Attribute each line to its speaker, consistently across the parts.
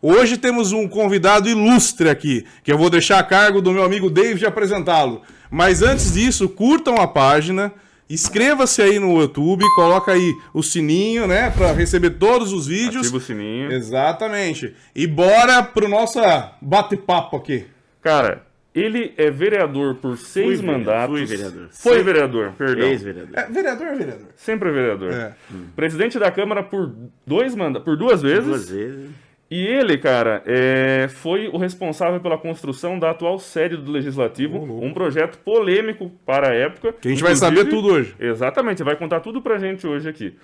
Speaker 1: Hoje temos um convidado ilustre aqui, que eu vou deixar a cargo do meu amigo David apresentá-lo. Mas antes disso, curtam a página, inscreva-se aí no YouTube, coloca aí o sininho, né, para receber todos os vídeos.
Speaker 2: Ativa o sininho.
Speaker 1: Exatamente. E bora pro nosso bate-papo aqui.
Speaker 2: Cara, ele é vereador por seis
Speaker 3: vereador,
Speaker 2: mandatos.
Speaker 3: fui vereador.
Speaker 2: Foi vereador, perdão.
Speaker 3: Ex-vereador.
Speaker 1: É, vereador é vereador.
Speaker 2: Sempre vereador.
Speaker 1: É.
Speaker 2: Presidente da Câmara por dois manda por duas vezes.
Speaker 3: Duas vezes.
Speaker 2: E ele, cara, é, foi o responsável pela construção da atual sede do Legislativo,
Speaker 1: Ô, louco.
Speaker 2: um projeto polêmico para a época.
Speaker 1: Que a gente vai saber tudo hoje.
Speaker 2: Exatamente, vai contar tudo pra gente hoje aqui.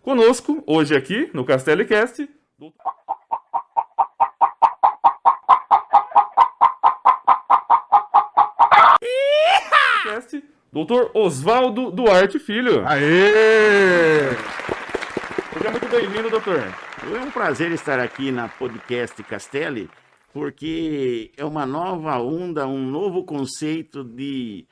Speaker 2: Conosco, hoje aqui, no Castelli Cast, Cast, doutor Oswaldo Duarte Filho.
Speaker 1: Aê!
Speaker 2: Seja muito bem-vindo, doutor.
Speaker 3: É um prazer estar aqui na podcast Castelli, porque é uma nova onda, um novo conceito de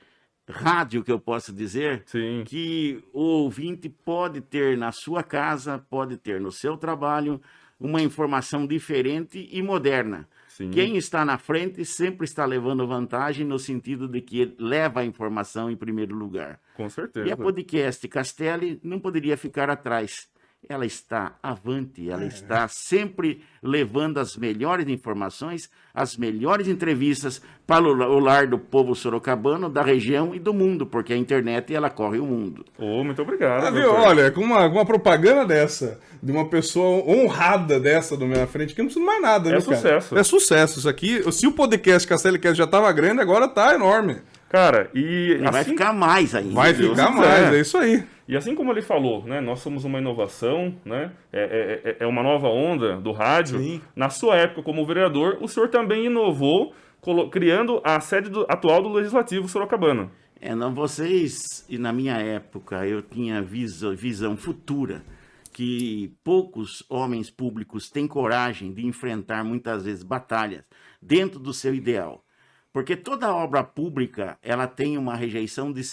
Speaker 3: rádio que eu posso dizer,
Speaker 2: Sim.
Speaker 3: que o ouvinte pode ter na sua casa, pode ter no seu trabalho, uma informação diferente e moderna.
Speaker 2: Sim.
Speaker 3: Quem está na frente sempre está levando vantagem no sentido de que ele leva a informação em primeiro lugar.
Speaker 2: Com certeza.
Speaker 3: E a podcast Castelli não poderia ficar atrás. Ela está avante,
Speaker 1: É.
Speaker 3: ela está sempre levando as melhores informações, as melhores entrevistas para o la- o lar do povo sorocabano, da região e do mundo, porque a internet ela corre o mundo.
Speaker 2: Ô, muito obrigado.
Speaker 1: Ah, viu?
Speaker 2: doutor.
Speaker 1: Olha, com uma, com uma propaganda dessa, de uma pessoa honrada dessa do minha frente, que eu não preciso mais nada,
Speaker 2: É
Speaker 1: viu, cara?
Speaker 2: sucesso.
Speaker 1: É sucesso. Isso aqui, se o podcast Castelicast já tava grande, agora tá enorme.
Speaker 2: Cara, e
Speaker 3: E vai
Speaker 2: assim,
Speaker 3: ficar mais ainda.
Speaker 1: Vai
Speaker 2: Deus
Speaker 1: ficar
Speaker 2: quiser.
Speaker 1: mais, é isso aí.
Speaker 2: e assim como ele falou, né? Nós somos uma inovação, né? É, é- é- é uma nova onda do rádio.
Speaker 1: Sim.
Speaker 2: Na sua época como vereador, o senhor também inovou, colo- criando a sede do- atual do Legislativo Sorocabano.
Speaker 3: É, não, vocês, e na minha época, eu tinha viso- visão futura, que poucos homens públicos têm coragem de enfrentar muitas vezes batalhas dentro do seu ideal. Porque toda obra pública, ela tem uma rejeição de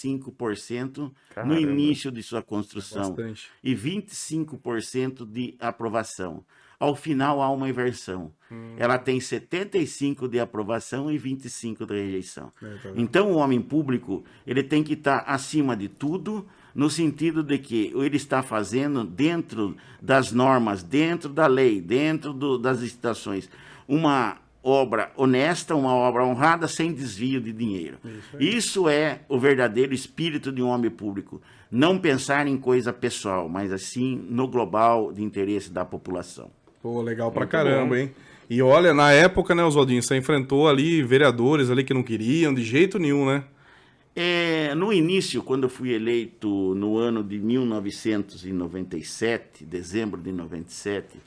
Speaker 3: 75%
Speaker 2: Caramba.
Speaker 3: no início de sua construção
Speaker 1: Bastante.
Speaker 3: e 25% de aprovação. Ao final há uma inversão. Ela tem 75 de aprovação e 25 de rejeição. Então o homem público, ele tem que estar acima de tudo, no sentido de que ele está fazendo dentro das normas, dentro da lei, dentro do- das licitações, uma obra honesta, uma obra honrada, sem desvio de dinheiro. Isso é o verdadeiro espírito de um homem público. Não pensar em coisa pessoal, mas assim no global de interesse da população.
Speaker 1: Pô, legal pra
Speaker 2: Muito
Speaker 1: caramba,
Speaker 2: bom.
Speaker 1: hein? E olha, na época, né, Oswaldinho, você enfrentou ali vereadores ali que não queriam, de jeito nenhum, né?
Speaker 3: É, no início, quando eu fui eleito no ano de 1997, dezembro de 97,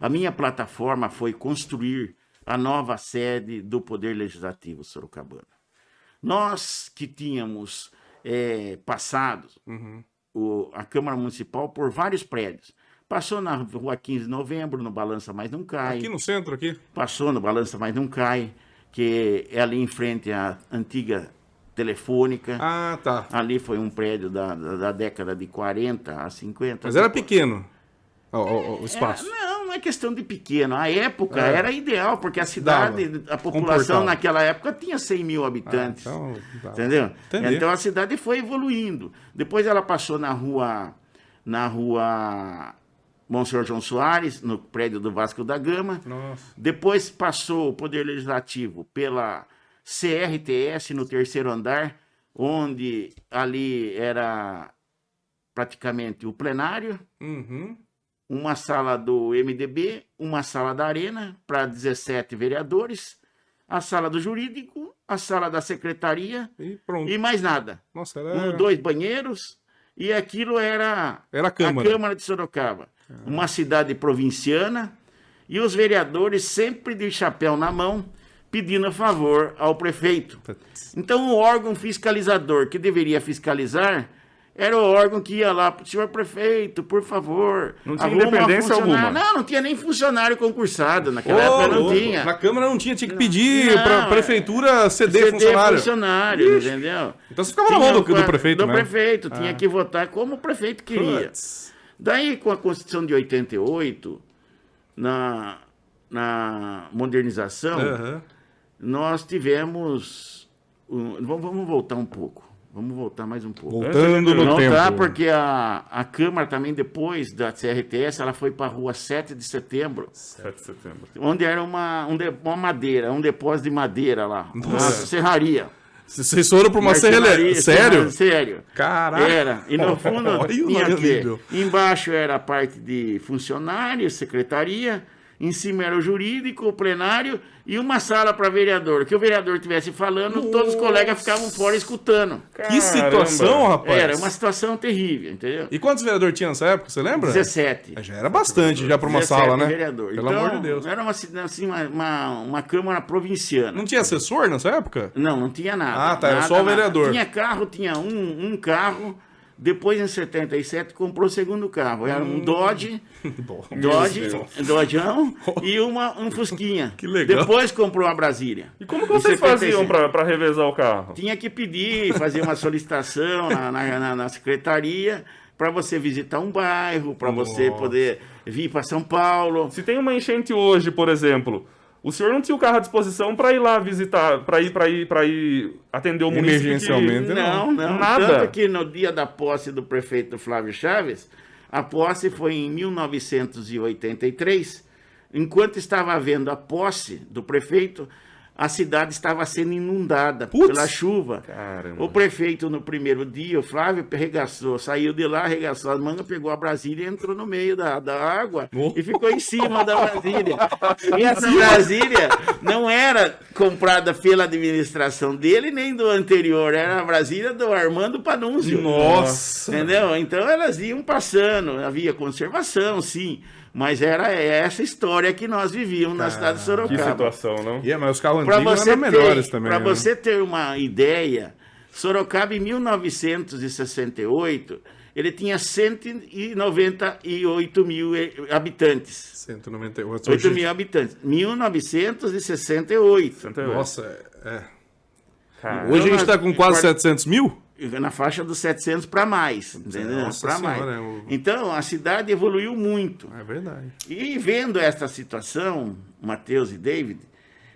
Speaker 3: a minha plataforma foi construir a nova sede do Poder Legislativo Sorocabana. Nós que tínhamos é, passado
Speaker 1: Uhum.
Speaker 3: o- a Câmara Municipal por vários prédios, passou na Rua 15 de Novembro, no Balança Mais Não Cai,
Speaker 1: Aqui no centro, aqui.
Speaker 3: passou no Balança Mas Não Cai, que é ali em frente à antiga telefônica.
Speaker 1: Ah, tá.
Speaker 3: Ali foi um prédio da, da, da década de 40 a 50.
Speaker 1: Mas era pequeno ó, ó, ó, o espaço.
Speaker 3: Era- não, não é questão de pequeno. A época
Speaker 1: É.
Speaker 3: era ideal, porque a cidade, a
Speaker 1: Comportava.
Speaker 3: população naquela época tinha 100 mil habitantes.
Speaker 1: então, dava.
Speaker 3: entendeu?
Speaker 1: Entendi.
Speaker 3: Então a cidade foi evoluindo. Depois ela passou na rua, na rua Monsenhor João Soares, no prédio do Vasco da Gama.
Speaker 1: Nossa.
Speaker 3: Depois passou o Poder Legislativo pela CRTS no terceiro andar, onde ali era praticamente o plenário,
Speaker 1: Uhum.
Speaker 3: uma sala do MDB, uma sala da Arena para 17 vereadores, a sala do Jurídico, a sala da Secretaria
Speaker 1: E pronto.
Speaker 3: e mais nada.
Speaker 1: Nossa,
Speaker 3: Um,
Speaker 1: era,
Speaker 3: dois banheiros e aquilo era
Speaker 1: era a Câmara.
Speaker 3: a Câmara de Sorocaba, uma cidade provinciana, e os vereadores sempre de chapéu na mão, pedindo favor ao prefeito. Então, o órgão fiscalizador que deveria fiscalizar era o órgão que ia lá, senhor prefeito, por favor.
Speaker 2: Não tinha
Speaker 3: arruma
Speaker 2: independência
Speaker 3: funcionário."
Speaker 2: alguma.
Speaker 3: Não, não tinha nem funcionário concursado naquela
Speaker 1: Ô,
Speaker 3: época, não
Speaker 1: louco,
Speaker 3: tinha.
Speaker 1: Na Câmara não tinha, tinha que pedir
Speaker 3: Não,
Speaker 1: pra
Speaker 3: é.
Speaker 1: prefeitura ceder
Speaker 3: CD
Speaker 1: funcionário.
Speaker 3: funcionário, entendeu?
Speaker 1: Então você ficava na mão
Speaker 3: Tinha
Speaker 1: do- do prefeito,
Speaker 3: Do
Speaker 1: né?
Speaker 3: prefeito, tinha que votar como o prefeito queria.
Speaker 1: Putz.
Speaker 3: Daí, com a Constituição de 88, na, na modernização,
Speaker 1: Aham.
Speaker 3: nós tivemos. um- vamos, vamos voltar um pouco. Vamos voltar mais um pouco.
Speaker 1: Voltando no
Speaker 3: Não
Speaker 1: tempo.
Speaker 3: tá, porque a, a Câmara também, depois da CRTS, ela foi para a rua 7 de setembro,
Speaker 2: 7 de setembro.
Speaker 3: onde era uma, um de- uma madeira, um depósito de madeira lá, uma
Speaker 1: Nossa.
Speaker 3: serraria.
Speaker 1: C- Vocês foram pra uma serralheria.
Speaker 3: Marcenaria,
Speaker 1: Sério?
Speaker 3: Sério.
Speaker 1: Caraca.
Speaker 3: Era. E no fundo
Speaker 1: Olha o
Speaker 3: tinha
Speaker 1: nome
Speaker 3: o
Speaker 1: horrível.
Speaker 3: quê? Embaixo era a parte de funcionário, secretaria. Em cima era o jurídico, o plenário e uma sala para vereador. Que o vereador estivesse falando, todos os colegas ficavam fora escutando.
Speaker 1: Que situação, rapaz.
Speaker 3: Era uma situação terrível, entendeu?
Speaker 1: E quantos vereadores tinha nessa época, você lembra? Ah,
Speaker 3: 17.
Speaker 1: Já era bastante já pra uma
Speaker 3: 17
Speaker 1: sala, né?
Speaker 3: Vereador.
Speaker 1: Pelo
Speaker 3: então,
Speaker 1: amor de Deus.
Speaker 3: Era uma, cida- assim, uma, uma, uma Câmara provinciana.
Speaker 1: Não tinha assessor nessa época?
Speaker 3: Não, não tinha nada.
Speaker 1: Ah, tá, era
Speaker 3: Nada,
Speaker 1: só o
Speaker 3: nada.
Speaker 1: vereador.
Speaker 3: Tinha carro, tinha um, um carro. Depois, em 77, comprou o segundo carro. Era um Dodge, Dodge, Dodgeão e uma, um Fusquinha.
Speaker 1: Que legal.
Speaker 3: Depois comprou a Brasília.
Speaker 2: E como que
Speaker 3: Em
Speaker 1: é
Speaker 2: vocês
Speaker 3: 77.
Speaker 2: faziam pra, pra revezar o carro?
Speaker 3: Tinha que pedir, fazer uma solicitação na, na- na- na secretaria para você visitar um bairro, para você poder vir para São Paulo.
Speaker 2: Se tem uma enchente hoje, por exemplo, o senhor não tinha o carro à disposição para ir lá visitar, para ir, para ir, para ir atender o município?
Speaker 1: Emergencialmente. né?
Speaker 2: que-
Speaker 3: Não, não.
Speaker 2: Nada.
Speaker 3: Tanto que no dia da posse do prefeito Flávio Chaves, a posse foi em 1983. Enquanto estava havendo a posse do prefeito, a cidade estava sendo inundada
Speaker 1: Putz!
Speaker 3: pela chuva.
Speaker 2: Caramba.
Speaker 3: O prefeito, no primeiro dia, o Flávio, arregaçou, saiu de lá, arregaçou as mangas, pegou a Brasília e entrou no meio da, da água
Speaker 1: Oh.
Speaker 3: e ficou em cima da Brasília. E essa Brasília não era comprada pela administração dele nem do anterior, era a Brasília do Armando Panunzio.
Speaker 1: Nossa.
Speaker 3: Entendeu? Então elas iam passando, havia conservação, sim, mas era essa história que nós vivíamos na cidade de
Speaker 2: Que
Speaker 3: Sorocaba.
Speaker 2: situação, não?
Speaker 1: E é, mas os carros
Speaker 3: Para
Speaker 1: antigos
Speaker 3: você,
Speaker 1: eram melhores
Speaker 3: ter-
Speaker 1: também.
Speaker 3: pra
Speaker 1: né?
Speaker 3: você ter uma ideia, Sorocaba em 1968 ele tinha 198 mil eh, habitantes.
Speaker 1: 198.
Speaker 3: 8
Speaker 1: Hoje...
Speaker 3: mil habitantes. 1968.
Speaker 2: 68.
Speaker 1: Nossa, é.
Speaker 2: Cara,
Speaker 1: Hoje a gente
Speaker 3: nós-
Speaker 1: tá com quase
Speaker 3: quar-
Speaker 1: 700 mil?
Speaker 3: na faixa dos 700 para mais, entendeu?
Speaker 1: Nossa
Speaker 3: Para mais.
Speaker 1: Senhora, é eu-
Speaker 3: Então a cidade evoluiu muito.
Speaker 1: É verdade.
Speaker 3: E vendo essa situação, Matheus e David,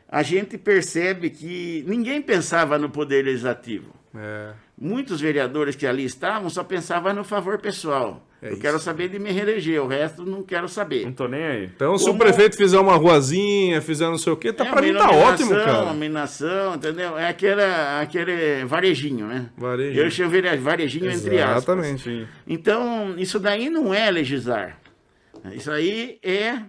Speaker 3: a gente percebe que ninguém pensava no poder legislativo.
Speaker 1: É.
Speaker 3: Muitos vereadores que ali estavam só pensavam no favor pessoal.
Speaker 1: É
Speaker 3: Eu
Speaker 1: isso.
Speaker 3: quero saber de me reeleger, o resto não quero saber.
Speaker 2: não tô nem aí.
Speaker 1: Então, se o
Speaker 3: Como-
Speaker 1: prefeito fizer uma ruazinha, fizer não sei o quê, tá
Speaker 3: É
Speaker 1: pra
Speaker 3: uma
Speaker 1: mim tá
Speaker 3: iluminação,
Speaker 1: ótimo, cara.
Speaker 3: iluminação, entendeu? É aquela, aquele varejinho, né?
Speaker 1: Varejo.
Speaker 3: Eu chamo vere- varejinho entre aspas.
Speaker 1: Exatamente.
Speaker 2: Sim.
Speaker 3: Então, isso daí não é legislar. Isso aí é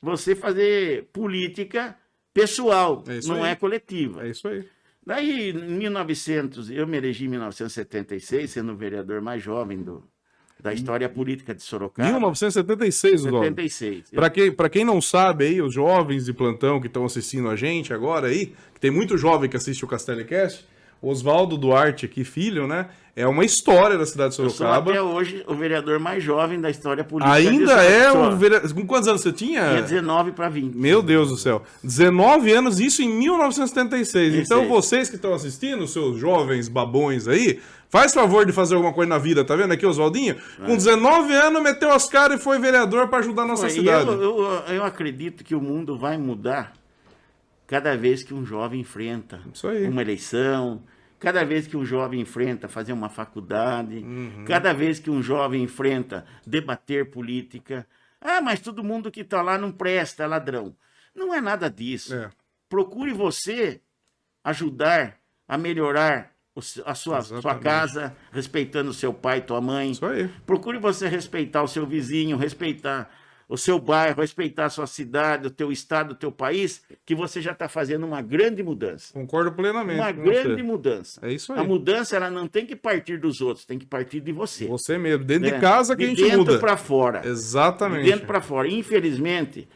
Speaker 3: você fazer política pessoal,
Speaker 1: É isso
Speaker 3: não
Speaker 1: aí.
Speaker 3: é coletiva.
Speaker 1: É isso aí.
Speaker 3: Daí, em 1900, eu me elegi em 1976, sendo o vereador mais jovem do, da
Speaker 1: Hum.
Speaker 3: história política de Sorocaba.
Speaker 1: 1976 o nome.
Speaker 3: 76.
Speaker 1: Pra quem, pra quem não sabe aí, os jovens de plantão que estão assistindo a gente agora aí, que tem muito jovem que assiste o Castelecast, Oswaldo Duarte aqui, filho, né? É uma história da cidade de
Speaker 3: Eu sou até
Speaker 1: Sorocaba.
Speaker 3: hoje o vereador mais jovem da história política. de
Speaker 1: Ainda é
Speaker 3: Sorocaba.
Speaker 1: um vereador. Com quantos anos você
Speaker 3: Tinha
Speaker 1: tinha?
Speaker 3: 19 para 20.
Speaker 1: Meu Deus do céu. 19 anos, isso em 1976. Então
Speaker 3: aí.
Speaker 1: vocês que estão assistindo, seus jovens babões aí, faz favor de fazer alguma coisa na vida, tá vendo aqui, Oswaldinho?
Speaker 3: É.
Speaker 1: Com 19 anos, meteu as caras e foi vereador pra ajudar a nossa
Speaker 3: Ué, e
Speaker 1: cidade.
Speaker 3: Eu, eu, eu acredito que o mundo vai mudar cada vez que um jovem enfrenta
Speaker 1: Isso aí.
Speaker 3: uma eleição, cada vez que um jovem enfrenta fazer uma faculdade,
Speaker 1: Uhum.
Speaker 3: cada vez que um jovem enfrenta debater política. Ah, mas todo mundo que está lá não presta, é ladrão. Não é nada disso.
Speaker 1: É.
Speaker 3: Procure você ajudar a melhorar o se- a sua, sua
Speaker 1: Exatamente.
Speaker 3: casa, respeitando seu pai, tua mãe.
Speaker 1: Isso aí.
Speaker 3: Procure você respeitar o seu vizinho, respeitar o seu bairro, respeitar a sua cidade, o teu estado, o teu país, que você já está fazendo uma grande mudança.
Speaker 1: Concordo plenamente.
Speaker 3: Uma
Speaker 1: com você.
Speaker 3: grande mudança.
Speaker 1: É isso aí.
Speaker 3: A mudança ela não tem que partir dos outros, tem que partir de você.
Speaker 1: Você mesmo, dentro
Speaker 3: né?
Speaker 1: de casa que
Speaker 3: de
Speaker 1: a gente
Speaker 3: dentro
Speaker 1: muda.
Speaker 3: para fora.
Speaker 1: Exatamente.
Speaker 3: De dentro para fora. Infelizmente,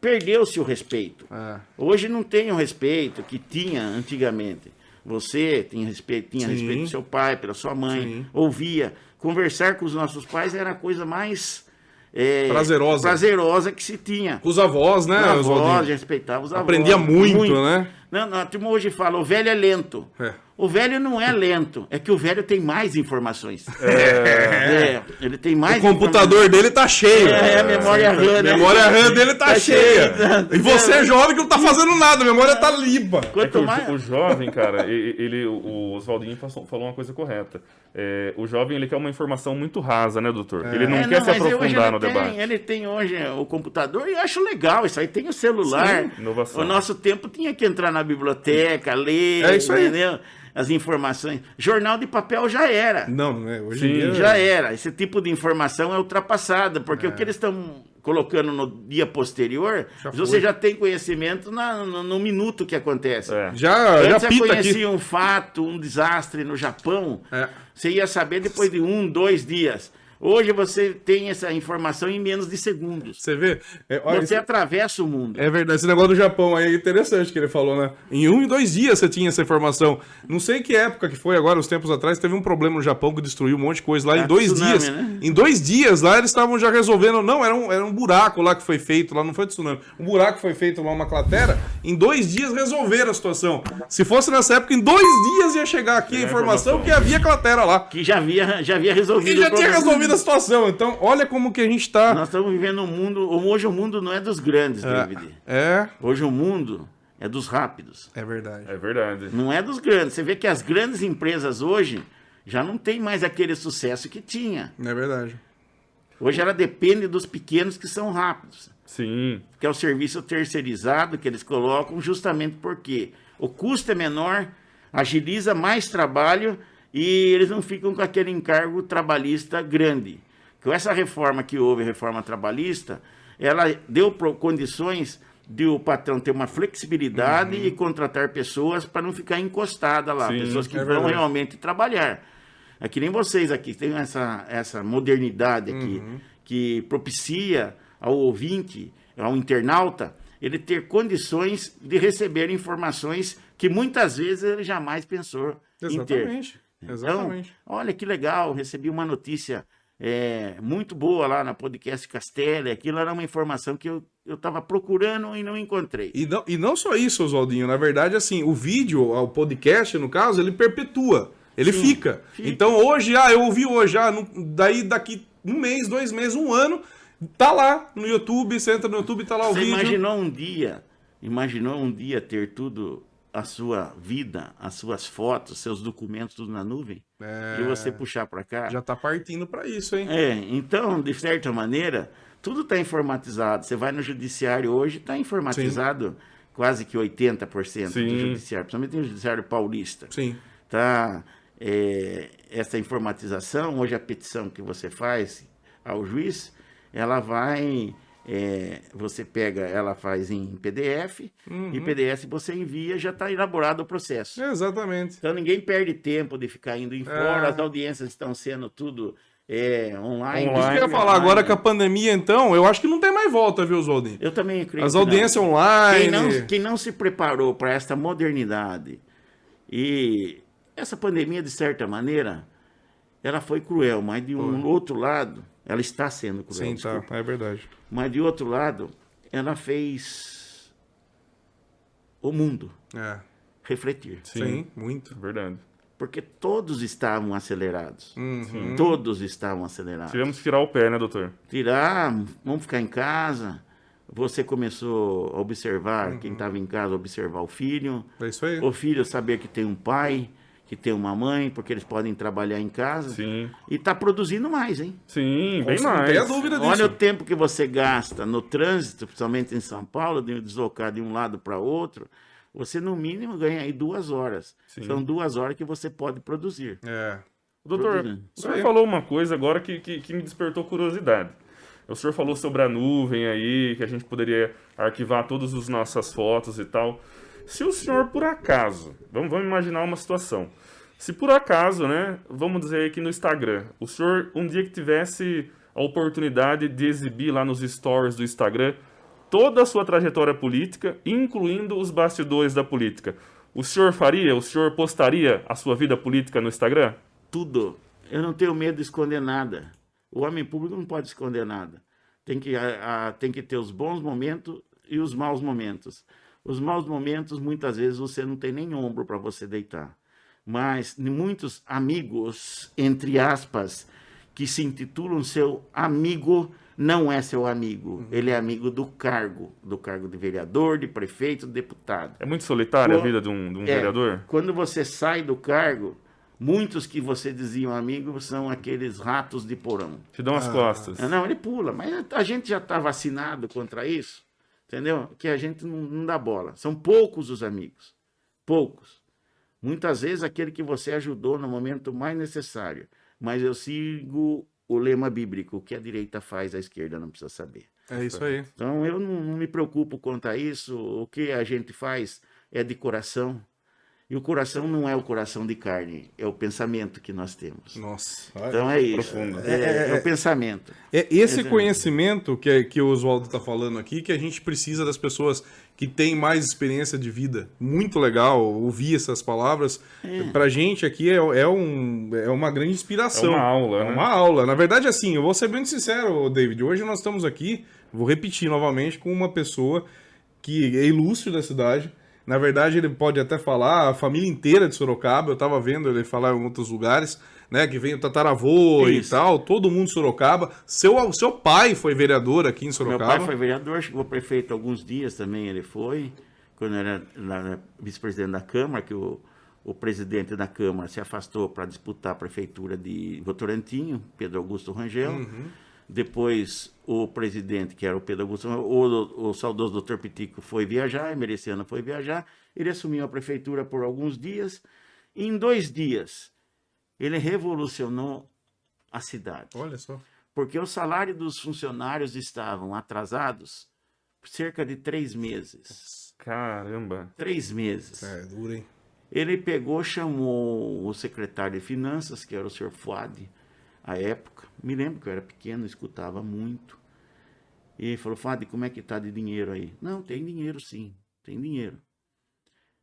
Speaker 3: perdeu-se o respeito.
Speaker 1: É.
Speaker 3: Hoje não tem o respeito que tinha antigamente. Você tinha respeito, tinha
Speaker 1: Sim.
Speaker 3: respeito do seu pai, pela sua mãe,
Speaker 1: Sim.
Speaker 3: ouvia. Conversar com os nossos pais era a coisa mais é,
Speaker 1: Prazerosa.
Speaker 3: prazerosa que se tinha.
Speaker 1: Com os avós, né,
Speaker 3: Os avós,
Speaker 1: Oswaldinho?
Speaker 3: respeitava os avós.
Speaker 1: Aprendia muito, né?
Speaker 3: Não, não, a turma hoje fala, o velho é lento.
Speaker 1: É.
Speaker 3: O velho não é lento, é que o velho tem mais informações. É. ele tem mais
Speaker 1: O computador dele tá cheio.
Speaker 3: informações. É, a memória RAM.
Speaker 1: A
Speaker 3: né?
Speaker 1: memória RAM dele tá,
Speaker 3: Tá
Speaker 1: cheia.
Speaker 3: cheia.
Speaker 1: E você é jovem que não tá fazendo nada, a memória tá limpa.
Speaker 2: É que
Speaker 3: Quanto
Speaker 2: o,
Speaker 3: mais...
Speaker 2: jo- o jovem, cara, e- e- ele, o- o Oswaldinho passou- falou uma coisa correta. É, o jovem, ele quer uma informação muito rasa, né, doutor? Ele não
Speaker 3: É,
Speaker 2: quer se
Speaker 3: mas hoje
Speaker 2: aprofundar
Speaker 3: ele
Speaker 2: no
Speaker 3: tem,
Speaker 2: debate.
Speaker 3: Ele tem hoje é, o computador e eu acho legal isso aí. Tem o celular.
Speaker 2: Sim, inovação.
Speaker 3: O nosso tempo tinha que entrar na biblioteca, ler,
Speaker 1: É isso aí.
Speaker 3: entendeu? As informações. Jornal de papel já era.
Speaker 1: Não, né? Hoje
Speaker 2: Sim,
Speaker 1: em dia.
Speaker 3: Já era. Esse tipo de informação é ultrapassada, porque o que eles estão colocando no dia posterior,
Speaker 1: Já foi.
Speaker 3: você já tem conhecimento na- no, no minuto que acontece.
Speaker 2: É.
Speaker 1: Já, Ah, já
Speaker 3: Antes eu
Speaker 1: pita
Speaker 3: conhecia
Speaker 1: aqui.
Speaker 3: um fato, um desastre no Japão,
Speaker 1: É.
Speaker 3: você ia saber depois de um, dois dias. Hoje você tem essa informação em menos de segundos.
Speaker 1: Você vê? É, olha,
Speaker 3: Você atravessa o mundo.
Speaker 1: É verdade, esse negócio do Japão aí é interessante que ele falou, né? Em um e dois dias você tinha essa informação. Não sei que época que foi, agora, uns tempos atrás, teve um problema no Japão que destruiu um monte de coisa lá em
Speaker 3: Ah,
Speaker 1: dois
Speaker 3: tsunami,
Speaker 1: dias.
Speaker 3: né?
Speaker 1: Em dois dias lá eles estavam já resolvendo. Não, era um, era um buraco lá que foi feito, lá não foi tsunami. Um buraco foi feito lá, uma cratera. Em dois dias resolveram a situação. Se fosse nessa época, em dois dias ia chegar aqui a informação que havia cratera lá.
Speaker 3: Que já havia, já havia resolvido.
Speaker 1: E
Speaker 3: o
Speaker 1: já tinha
Speaker 3: problema.
Speaker 1: resolvido a situação. Então, olha como que a gente tá.
Speaker 3: Nós estamos vivendo um mundo. Hoje o mundo não é dos grandes, David.
Speaker 1: É,
Speaker 3: Hoje o mundo é dos rápidos.
Speaker 1: é verdade.
Speaker 2: É verdade.
Speaker 3: Não é dos grandes. Você vê que as grandes empresas hoje já não tem mais aquele sucesso que tinha.
Speaker 1: É verdade.
Speaker 3: Hoje ela depende dos pequenos que são rápidos.
Speaker 2: Sim.
Speaker 3: que é o serviço terceirizado que eles colocam, justamente porque o custo é menor, agiliza mais trabalho e eles não ficam com aquele encargo trabalhista grande. Com essa reforma que houve, a reforma trabalhista, ela deu pro- condições de o patrão ter uma flexibilidade e contratar pessoas para não ficar encostada lá,
Speaker 2: Sim,
Speaker 3: pessoas que
Speaker 1: é
Speaker 3: vão
Speaker 1: verdade.
Speaker 3: realmente trabalhar. É que nem vocês aqui, tem essa, essa modernidade aqui,
Speaker 1: Uhum.
Speaker 3: que propicia ao ouvinte, ao internauta, ele ter condições de receber informações que muitas vezes ele jamais pensou em ter.
Speaker 1: Exatamente. Exatamente.
Speaker 3: Então, olha que legal, recebi uma notícia é, muito boa lá na podcast Castelli, aquilo era uma informação que eu estava procurando e não encontrei.
Speaker 1: E não, e não só isso, Oswaldinho. Na verdade, assim, o vídeo, o podcast, no caso, ele perpetua. Ele
Speaker 3: Sim,
Speaker 1: fica.
Speaker 3: fica.
Speaker 1: Então, hoje, ah, eu ouvi hoje, ah, não- daí daqui um mês, dois meses, um ano, tá lá no YouTube, você entra no YouTube, tá lá o
Speaker 3: Você
Speaker 1: vídeo.
Speaker 3: imaginou um dia, imaginou um dia ter tudo a sua vida, as suas fotos, seus documentos tudo na nuvem
Speaker 1: É,
Speaker 3: e você puxar para cá?
Speaker 1: Já tá partindo pra isso, hein?
Speaker 3: É, então, de certa maneira, tudo está informatizado. Você vai no judiciário hoje, está informatizado quase que 80%
Speaker 2: Sim.
Speaker 3: do judiciário, principalmente no judiciário paulista
Speaker 1: Sim.
Speaker 3: tá é, essa informatização hoje a petição que você faz ao juiz ela vai é, você pega ela faz em PDF
Speaker 1: Uhum.
Speaker 3: e PDF você envia já está elaborado o processo
Speaker 1: Exatamente.
Speaker 3: então ninguém perde tempo de ficar indo em
Speaker 1: É.
Speaker 3: fora as audiências estão sendo tudo é, online,
Speaker 2: Online.
Speaker 1: Isso que eu ia falar agora com a pandemia, então, eu acho que não tem mais volta, viu, Oswaldinho?
Speaker 3: eu também acredito
Speaker 1: As
Speaker 3: que não.
Speaker 1: audiências
Speaker 3: quem
Speaker 1: online.
Speaker 3: não, quem não se preparou para esta modernidade e essa pandemia, de certa maneira, ela foi cruel, mas de um outro lado, ela está sendo cruel.
Speaker 1: Sim, tá.
Speaker 3: desculpa.
Speaker 1: É verdade.
Speaker 3: Mas de outro lado, ela fez o mundo
Speaker 1: É.
Speaker 3: refletir.
Speaker 1: Sim, muito.
Speaker 2: é Verdade.
Speaker 3: Porque todos estavam acelerados.
Speaker 1: Uhum.
Speaker 3: Todos estavam acelerados.
Speaker 2: Tivemos que tirar o pé, né, doutor?
Speaker 3: tirar, "Ah, vamos ficar em casa. Você começou a observar, quem
Speaker 1: Uhum.
Speaker 3: estava em casa, observar o filho.
Speaker 1: É isso aí.
Speaker 3: O filho saber que tem um pai, que tem uma mãe, porque eles podem trabalhar em casa.
Speaker 2: Sim.
Speaker 3: E está produzindo mais, hein?
Speaker 2: Sim, bem
Speaker 1: Não tem a
Speaker 2: mais.
Speaker 1: dúvida disso.
Speaker 3: Olha o tempo que você gasta no trânsito, principalmente em São Paulo, de deslocar de um lado para outro. Você, no mínimo, ganha aí duas horas.
Speaker 2: Sim.
Speaker 3: São duas horas que você pode produzir.
Speaker 1: É.
Speaker 2: Doutor,
Speaker 3: Produzindo.
Speaker 2: o senhor falou uma coisa agora que, que, que me despertou curiosidade. O senhor falou sobre a nuvem aí, que a gente poderia arquivar todas as nossas fotos e tal. Se o senhor, por acaso, vamos, vamos imaginar uma situação. Se por acaso, né, vamos dizer aqui no Instagram, o senhor um dia que tivesse a oportunidade de exibir lá nos stories do Instagram toda a sua trajetória política, incluindo os bastidores da política, o senhor faria? O senhor postaria a sua vida política no Instagram?
Speaker 3: tudo. Eu não tenho medo de esconder nada. O homem público não pode esconder nada. Tem que, a- a- tem que ter os bons momentos e os maus momentos. Os maus momentos, muitas vezes, você não tem nem ombro para você deitar. Mas muitos amigos, entre aspas, que se intitulam seu amigo, não é seu amigo. Ele é amigo do cargo, do cargo de vereador, de prefeito, de deputado.
Speaker 2: É muito solitária a
Speaker 3: Pô,
Speaker 2: vida de um, de um
Speaker 3: É,
Speaker 2: vereador?
Speaker 3: Quando você sai do cargo, muitos que você diziam amigo são aqueles ratos de porão.
Speaker 2: Te dão as costas.
Speaker 3: Ah, Não, ele pula, mas a gente já está vacinado contra isso, entendeu? Que a gente não, não dá bola. São poucos os amigos, poucos. Muitas vezes aquele que você ajudou no momento mais necessário. Mas eu sigo o lema bíblico: o que a direita faz, a esquerda não precisa saber.
Speaker 1: É isso aí.
Speaker 3: Então eu não, não me preocupo quanto a isso. O que a gente faz é de coração. E o coração não é o coração de carne, é o pensamento que nós temos.
Speaker 1: Nossa.
Speaker 3: Então é isso.
Speaker 2: Profundo.
Speaker 3: É, é o pensamento.
Speaker 1: É esse conhecimento que, é, que o Oswaldo está falando aqui, que a gente precisa das pessoas que têm mais experiência de vida. Muito legal ouvir essas palavras. Pra gente aqui é, é um, é uma grande inspiração.
Speaker 2: É uma aula,
Speaker 1: É
Speaker 2: né?
Speaker 1: uma aula. Na verdade, assim, eu vou ser bem sincero, David. Hoje nós estamos aqui, vou repetir novamente, com uma pessoa que é ilustre da cidade. Na verdade, ele pode até falar a família inteira de Sorocaba. Eu estava vendo ele falar em outros lugares, né? Que vem o tataravô e
Speaker 3: Isso.
Speaker 1: tal, todo mundo de Sorocaba. Seu, seu pai foi vereador aqui em
Speaker 3: Meu
Speaker 1: Sorocaba.
Speaker 3: pai foi vereador, chegou prefeito alguns dias também, ele foi, quando era na- vice-presidente da Câmara, que o, o presidente da Câmara se afastou para disputar a prefeitura de Votorantinho, Pedro Augusto Rangel. Depois, o presidente, que era o Pedro Augusto, o, o saudoso doutor Pitico foi viajar, Emereciano foi viajar, ele assumiu a prefeitura por alguns dias, e em dois dias, ele revolucionou a cidade
Speaker 1: Olha só.
Speaker 3: porque o salário dos funcionários estavam atrasados por cerca de três meses.
Speaker 2: Caramba.
Speaker 3: Três meses.
Speaker 1: É, duro, hein?
Speaker 3: Ele pegou, chamou o secretário de finanças, que era o senhor Fuad, à época. Me lembro que eu era pequeno, escutava muito. E falou, Fuad, como é que tá de dinheiro aí? Não, tem dinheiro sim, tem dinheiro.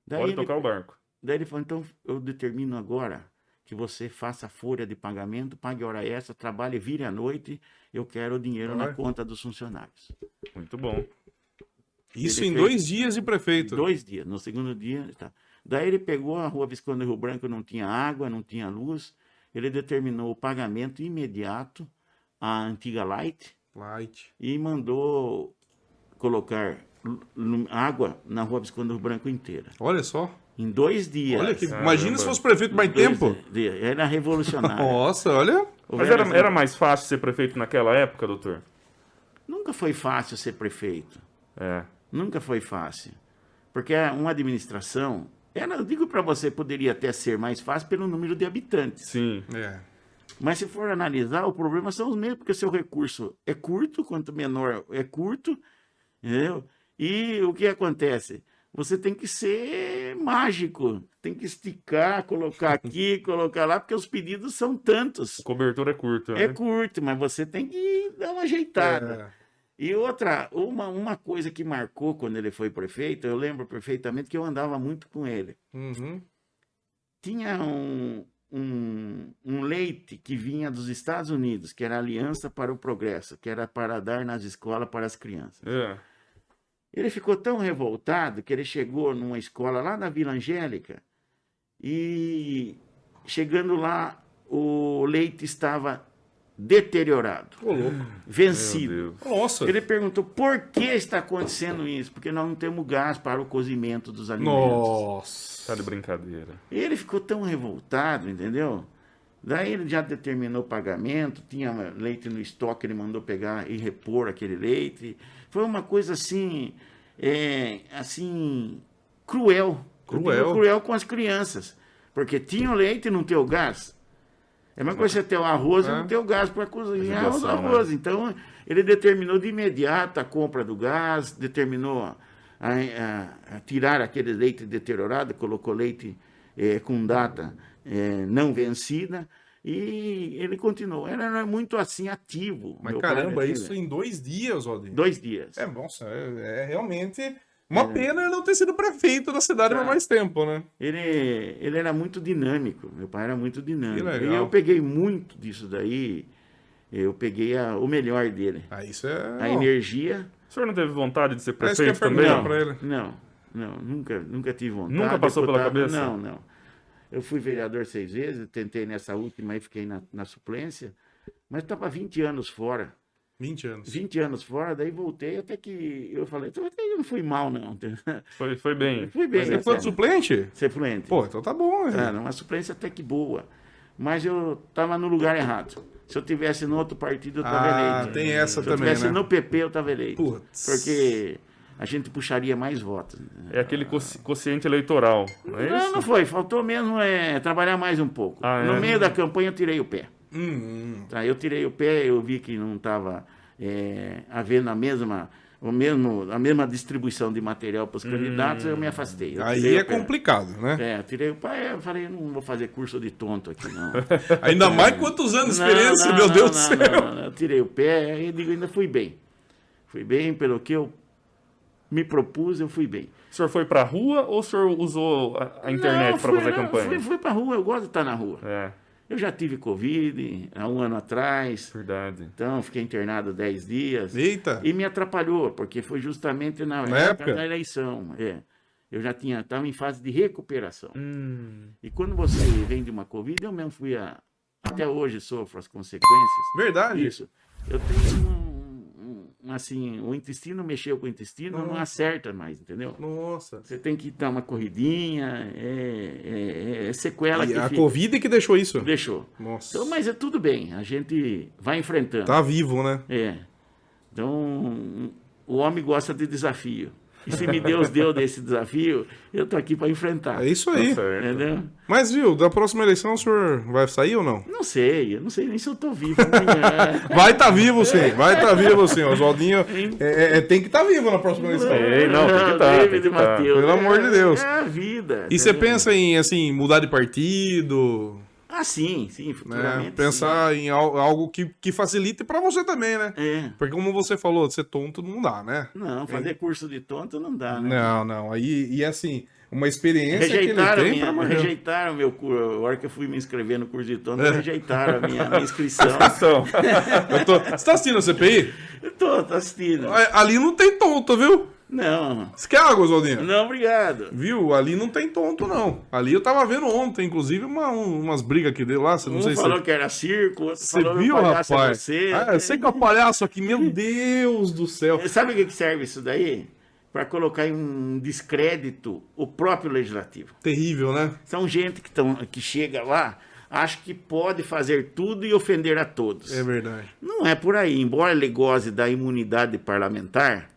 Speaker 3: Daí
Speaker 2: Pode
Speaker 3: ele-
Speaker 2: tocar o barco.
Speaker 3: Daí ele falou: então eu determino agora que você faça a folha de pagamento, pague hora extra, trabalhe, vire à noite, eu quero o dinheiro na
Speaker 1: Olha.
Speaker 3: conta dos funcionários.
Speaker 2: Muito bom.
Speaker 1: Isso
Speaker 3: Ele
Speaker 1: em
Speaker 3: fez-
Speaker 1: dois dias de prefeito.
Speaker 3: Dois dias, no segundo dia. Tá. Daí ele pegou a rua Visconde Rio Branco, não tinha água, não tinha luz, ele determinou o pagamento imediato à antiga Light
Speaker 1: Light.
Speaker 3: e mandou colocar lu- lu- água na rua Visconde Rio Branco inteira.
Speaker 1: Olha só.
Speaker 3: Em dois dias. Ah,
Speaker 1: Olha que.
Speaker 2: Caramba.
Speaker 1: Imagina se fosse prefeito mais
Speaker 3: Dois
Speaker 1: tempo.
Speaker 3: dias. Era revolucionário.
Speaker 1: Nossa, olha.
Speaker 3: O é
Speaker 2: Mas era,
Speaker 3: Vera-
Speaker 2: era mais fácil ser prefeito naquela época, doutor?
Speaker 3: Nunca foi fácil ser prefeito.
Speaker 2: É.
Speaker 3: Nunca foi fácil. Porque uma administração, ela, eu digo para você, poderia até ser mais fácil pelo número de habitantes.
Speaker 2: Sim.
Speaker 1: É.
Speaker 3: Mas se for analisar, o problema são os mesmos, porque seu recurso é curto, quanto menor é curto, entendeu? E o que acontece? Você tem que ser mágico, tem que esticar, colocar aqui, colocar lá, porque os pedidos são tantos.
Speaker 2: O cobertor é curto,
Speaker 3: É
Speaker 2: né?
Speaker 3: curto, mas você tem que dar uma ajeitada. E outra, uma, uma coisa que marcou quando ele foi prefeito, eu lembro perfeitamente que eu andava muito com ele.
Speaker 1: É. Uhum.
Speaker 3: Tinha um, um, um leite que vinha dos Estados Unidos, que era a Aliança para o Progresso, que era para dar nas escolas para as crianças.
Speaker 2: É.
Speaker 3: Ele ficou tão revoltado que ele chegou numa escola lá na Vila Angélica e chegando lá, o leite estava deteriorado,
Speaker 1: Ô, louco.
Speaker 3: vencido.
Speaker 2: Meu Deus.
Speaker 1: Nossa.
Speaker 3: Ele perguntou por que está acontecendo isso? Porque nós não temos gás para o cozimento dos alimentos.
Speaker 1: Nossa.
Speaker 2: Tá de brincadeira.
Speaker 3: E ele ficou tão revoltado, entendeu? Daí ele já determinou o pagamento, tinha leite no estoque, ele mandou pegar e repor aquele leite. Foi uma coisa assim, é, assim, cruel. Eu digo
Speaker 1: Cruel.
Speaker 3: Cruel com as crianças. Porque tinha o leite e não tem o gás. É uma coisa você ter o arroz e
Speaker 1: É.
Speaker 3: não ter o gás para cozinhar os
Speaker 2: Judiação, né?
Speaker 3: arroz. Então, ele determinou de imediato a compra do gás, determinou a, a- a tirar aquele leite deteriorado, colocou leite eh, com data eh, não vencida e ele continuou. Ele era muito assim ativo.
Speaker 1: Mas
Speaker 3: meu pai era
Speaker 1: caramba,
Speaker 3: assim,
Speaker 1: isso
Speaker 3: né?
Speaker 1: em dois dias, Rodrigo.
Speaker 3: Dois É. dias.
Speaker 1: É, nossa, é, é realmente uma pena ele não ter sido prefeito da cidade por
Speaker 3: Tá.
Speaker 1: mais tempo, né?
Speaker 3: Ele, ele era muito dinâmico, meu pai era muito dinâmico.
Speaker 1: Que
Speaker 3: E
Speaker 1: legal.
Speaker 3: eu peguei muito disso daí, eu peguei a- o melhor dele.
Speaker 1: Ah, isso é.
Speaker 3: A energia.
Speaker 2: O senhor não teve vontade de ser
Speaker 1: Parece que eu
Speaker 3: é
Speaker 2: prefeito também?
Speaker 1: perguntei
Speaker 3: Não,
Speaker 1: pra ele.
Speaker 3: não. Não, nunca, nunca tive vontade.
Speaker 2: Nunca passou pela cabeça?
Speaker 3: Não, não. Eu fui vereador seis vezes, tentei nessa última e fiquei na, na suplência, mas estava 20 anos fora.
Speaker 1: 20 anos.
Speaker 3: 20 anos fora, daí voltei até que eu falei, "Então, até eu não fui mal, não.
Speaker 2: Foi, foi bem.
Speaker 3: Fui bem.
Speaker 1: Mas você
Speaker 3: né,
Speaker 1: foi
Speaker 3: cara?
Speaker 1: suplente?
Speaker 3: Ser fluente.
Speaker 1: Pô, então tá bom, velho.
Speaker 3: Cara, uma suplência até que boa. Mas eu estava no lugar errado. Se eu tivesse no outro partido, eu estava
Speaker 1: Ah,
Speaker 3: eleito.
Speaker 1: tem essa
Speaker 3: Se eu
Speaker 1: também,
Speaker 3: tivesse
Speaker 1: né?
Speaker 3: no PP, eu estava eleito.
Speaker 1: Putz.
Speaker 3: Porque a gente puxaria mais votos. né?
Speaker 2: É aquele consci- consciente eleitoral, não é
Speaker 3: Não,
Speaker 2: isso?
Speaker 3: não foi. Faltou mesmo é, trabalhar mais um pouco.
Speaker 2: Ah, é?
Speaker 3: No meio da campanha, eu tirei o pé.
Speaker 1: Hum, hum.
Speaker 3: Tá? Eu tirei o pé, eu vi que não estava é, havendo a mesma, o mesmo, a mesma distribuição de material
Speaker 2: Hum.
Speaker 3: para os candidatos, eu me afastei. Eu
Speaker 1: Aí
Speaker 3: tirei
Speaker 1: é
Speaker 3: o pé.
Speaker 1: complicado, né?
Speaker 3: É, eu tirei o pé, eu falei, não vou fazer curso de tonto aqui, não.
Speaker 1: Ainda mais quantos anos de experiência, meu Deus do
Speaker 3: não,
Speaker 1: céu.
Speaker 3: não, não. Eu tirei o pé, aí eu digo, ainda fui bem. Fui bem, pelo que eu me propus, eu fui bem.
Speaker 2: O senhor foi pra rua ou o senhor usou a, a internet
Speaker 3: Não,
Speaker 2: pra
Speaker 3: fui-
Speaker 2: fazer
Speaker 3: não,
Speaker 2: campanha?
Speaker 3: Fui, fui pra rua, eu gosto de estar na rua.
Speaker 2: É,
Speaker 3: Eu já tive Covid há um ano atrás,
Speaker 2: verdade.
Speaker 3: então fiquei internado 10 dias.
Speaker 1: Eita.
Speaker 3: E me atrapalhou, porque foi justamente na,
Speaker 1: Na
Speaker 3: época,
Speaker 1: época?
Speaker 3: da eleição. é. Eu já tinha, estava em fase de recuperação.
Speaker 2: Hum,
Speaker 3: E quando você vem de uma Covid, eu mesmo fui a. Até hoje sofro as consequências.
Speaker 1: Verdade.
Speaker 3: Isso. Eu tenho um, um- assim, o intestino mexeu com o intestino, não acerta mais, entendeu?
Speaker 1: Nossa.
Speaker 3: Você tem que dar uma corridinha, é, é- é sequela
Speaker 1: E
Speaker 3: que
Speaker 1: a
Speaker 3: fica.
Speaker 1: Covid que deixou isso.
Speaker 3: deixou.
Speaker 1: Nossa.
Speaker 3: Então, mas é tudo bem, a gente vai enfrentando.
Speaker 1: Tá vivo, né?
Speaker 3: É. Então, o homem gosta de desafio. E se me Deus deu desse desafio, eu tô aqui para enfrentar.
Speaker 1: É isso
Speaker 2: tá
Speaker 1: aí.
Speaker 2: certo.
Speaker 3: Entendeu?
Speaker 1: Mas viu, da próxima eleição o senhor vai sair ou não?
Speaker 3: Não sei, eu não sei nem se eu tô vivo amanhã.
Speaker 1: Vai tá vivo, sim. Vai tá vivo, sim. Oswaldinho é, é- é- tem que tá vivo na próxima eleição.
Speaker 2: Ei, não, tem que tá, tem
Speaker 3: David
Speaker 2: que tá.
Speaker 3: Mateus,
Speaker 1: Pelo
Speaker 3: é-
Speaker 1: amor de Deus.
Speaker 3: É a vida.
Speaker 1: E você
Speaker 3: entendeu?
Speaker 1: pensa em, assim, mudar de partido,
Speaker 3: Ah, sim, sim,
Speaker 1: né?
Speaker 3: futuramente.
Speaker 1: Pensar
Speaker 3: né?
Speaker 1: em al- algo que, que facilite pra você também, né?
Speaker 3: sim. É.
Speaker 1: Porque como você falou, ser tonto não dá, né?
Speaker 3: Não, fazer curso de tonto não dá, né?
Speaker 1: Não, não. Aí, e assim, uma experiência
Speaker 3: Rejeitaram,
Speaker 1: que ele tem
Speaker 3: minha,
Speaker 1: pra morrer.
Speaker 3: rejeitaram meu curso. A hora que eu fui me inscrever no curso de tonto,
Speaker 1: É.
Speaker 3: rejeitaram a minha, minha inscrição.
Speaker 2: Então,
Speaker 1: Eu tô- Você tá assistindo a CPI?
Speaker 3: Eu tô, tô assistindo.
Speaker 1: É, Ali não tem tonto, viu?
Speaker 3: Não,
Speaker 1: Você quer água, Oswaldinho?
Speaker 3: não, obrigado.
Speaker 1: Viu? Ali não tem tonto, não. Ali eu tava vendo ontem, inclusive, uma- um- umas brigas que deu lá. Você não
Speaker 3: Um
Speaker 1: sei se
Speaker 3: falou que era circo, outro
Speaker 1: você
Speaker 3: falou
Speaker 1: viu,
Speaker 3: meu palhaço é
Speaker 1: rapaz.
Speaker 3: você. É.
Speaker 1: Ah, eu sei que é um palhaço aqui, meu Deus do céu.
Speaker 3: Sabe o que que serve isso daí? Para colocar em um descrédito o próprio legislativo.
Speaker 1: Terrível, né?
Speaker 3: São gente que, tão, que chega lá, acha que pode fazer tudo e ofender a todos.
Speaker 1: É verdade.
Speaker 3: Não é por aí. Embora ele goze da imunidade parlamentar,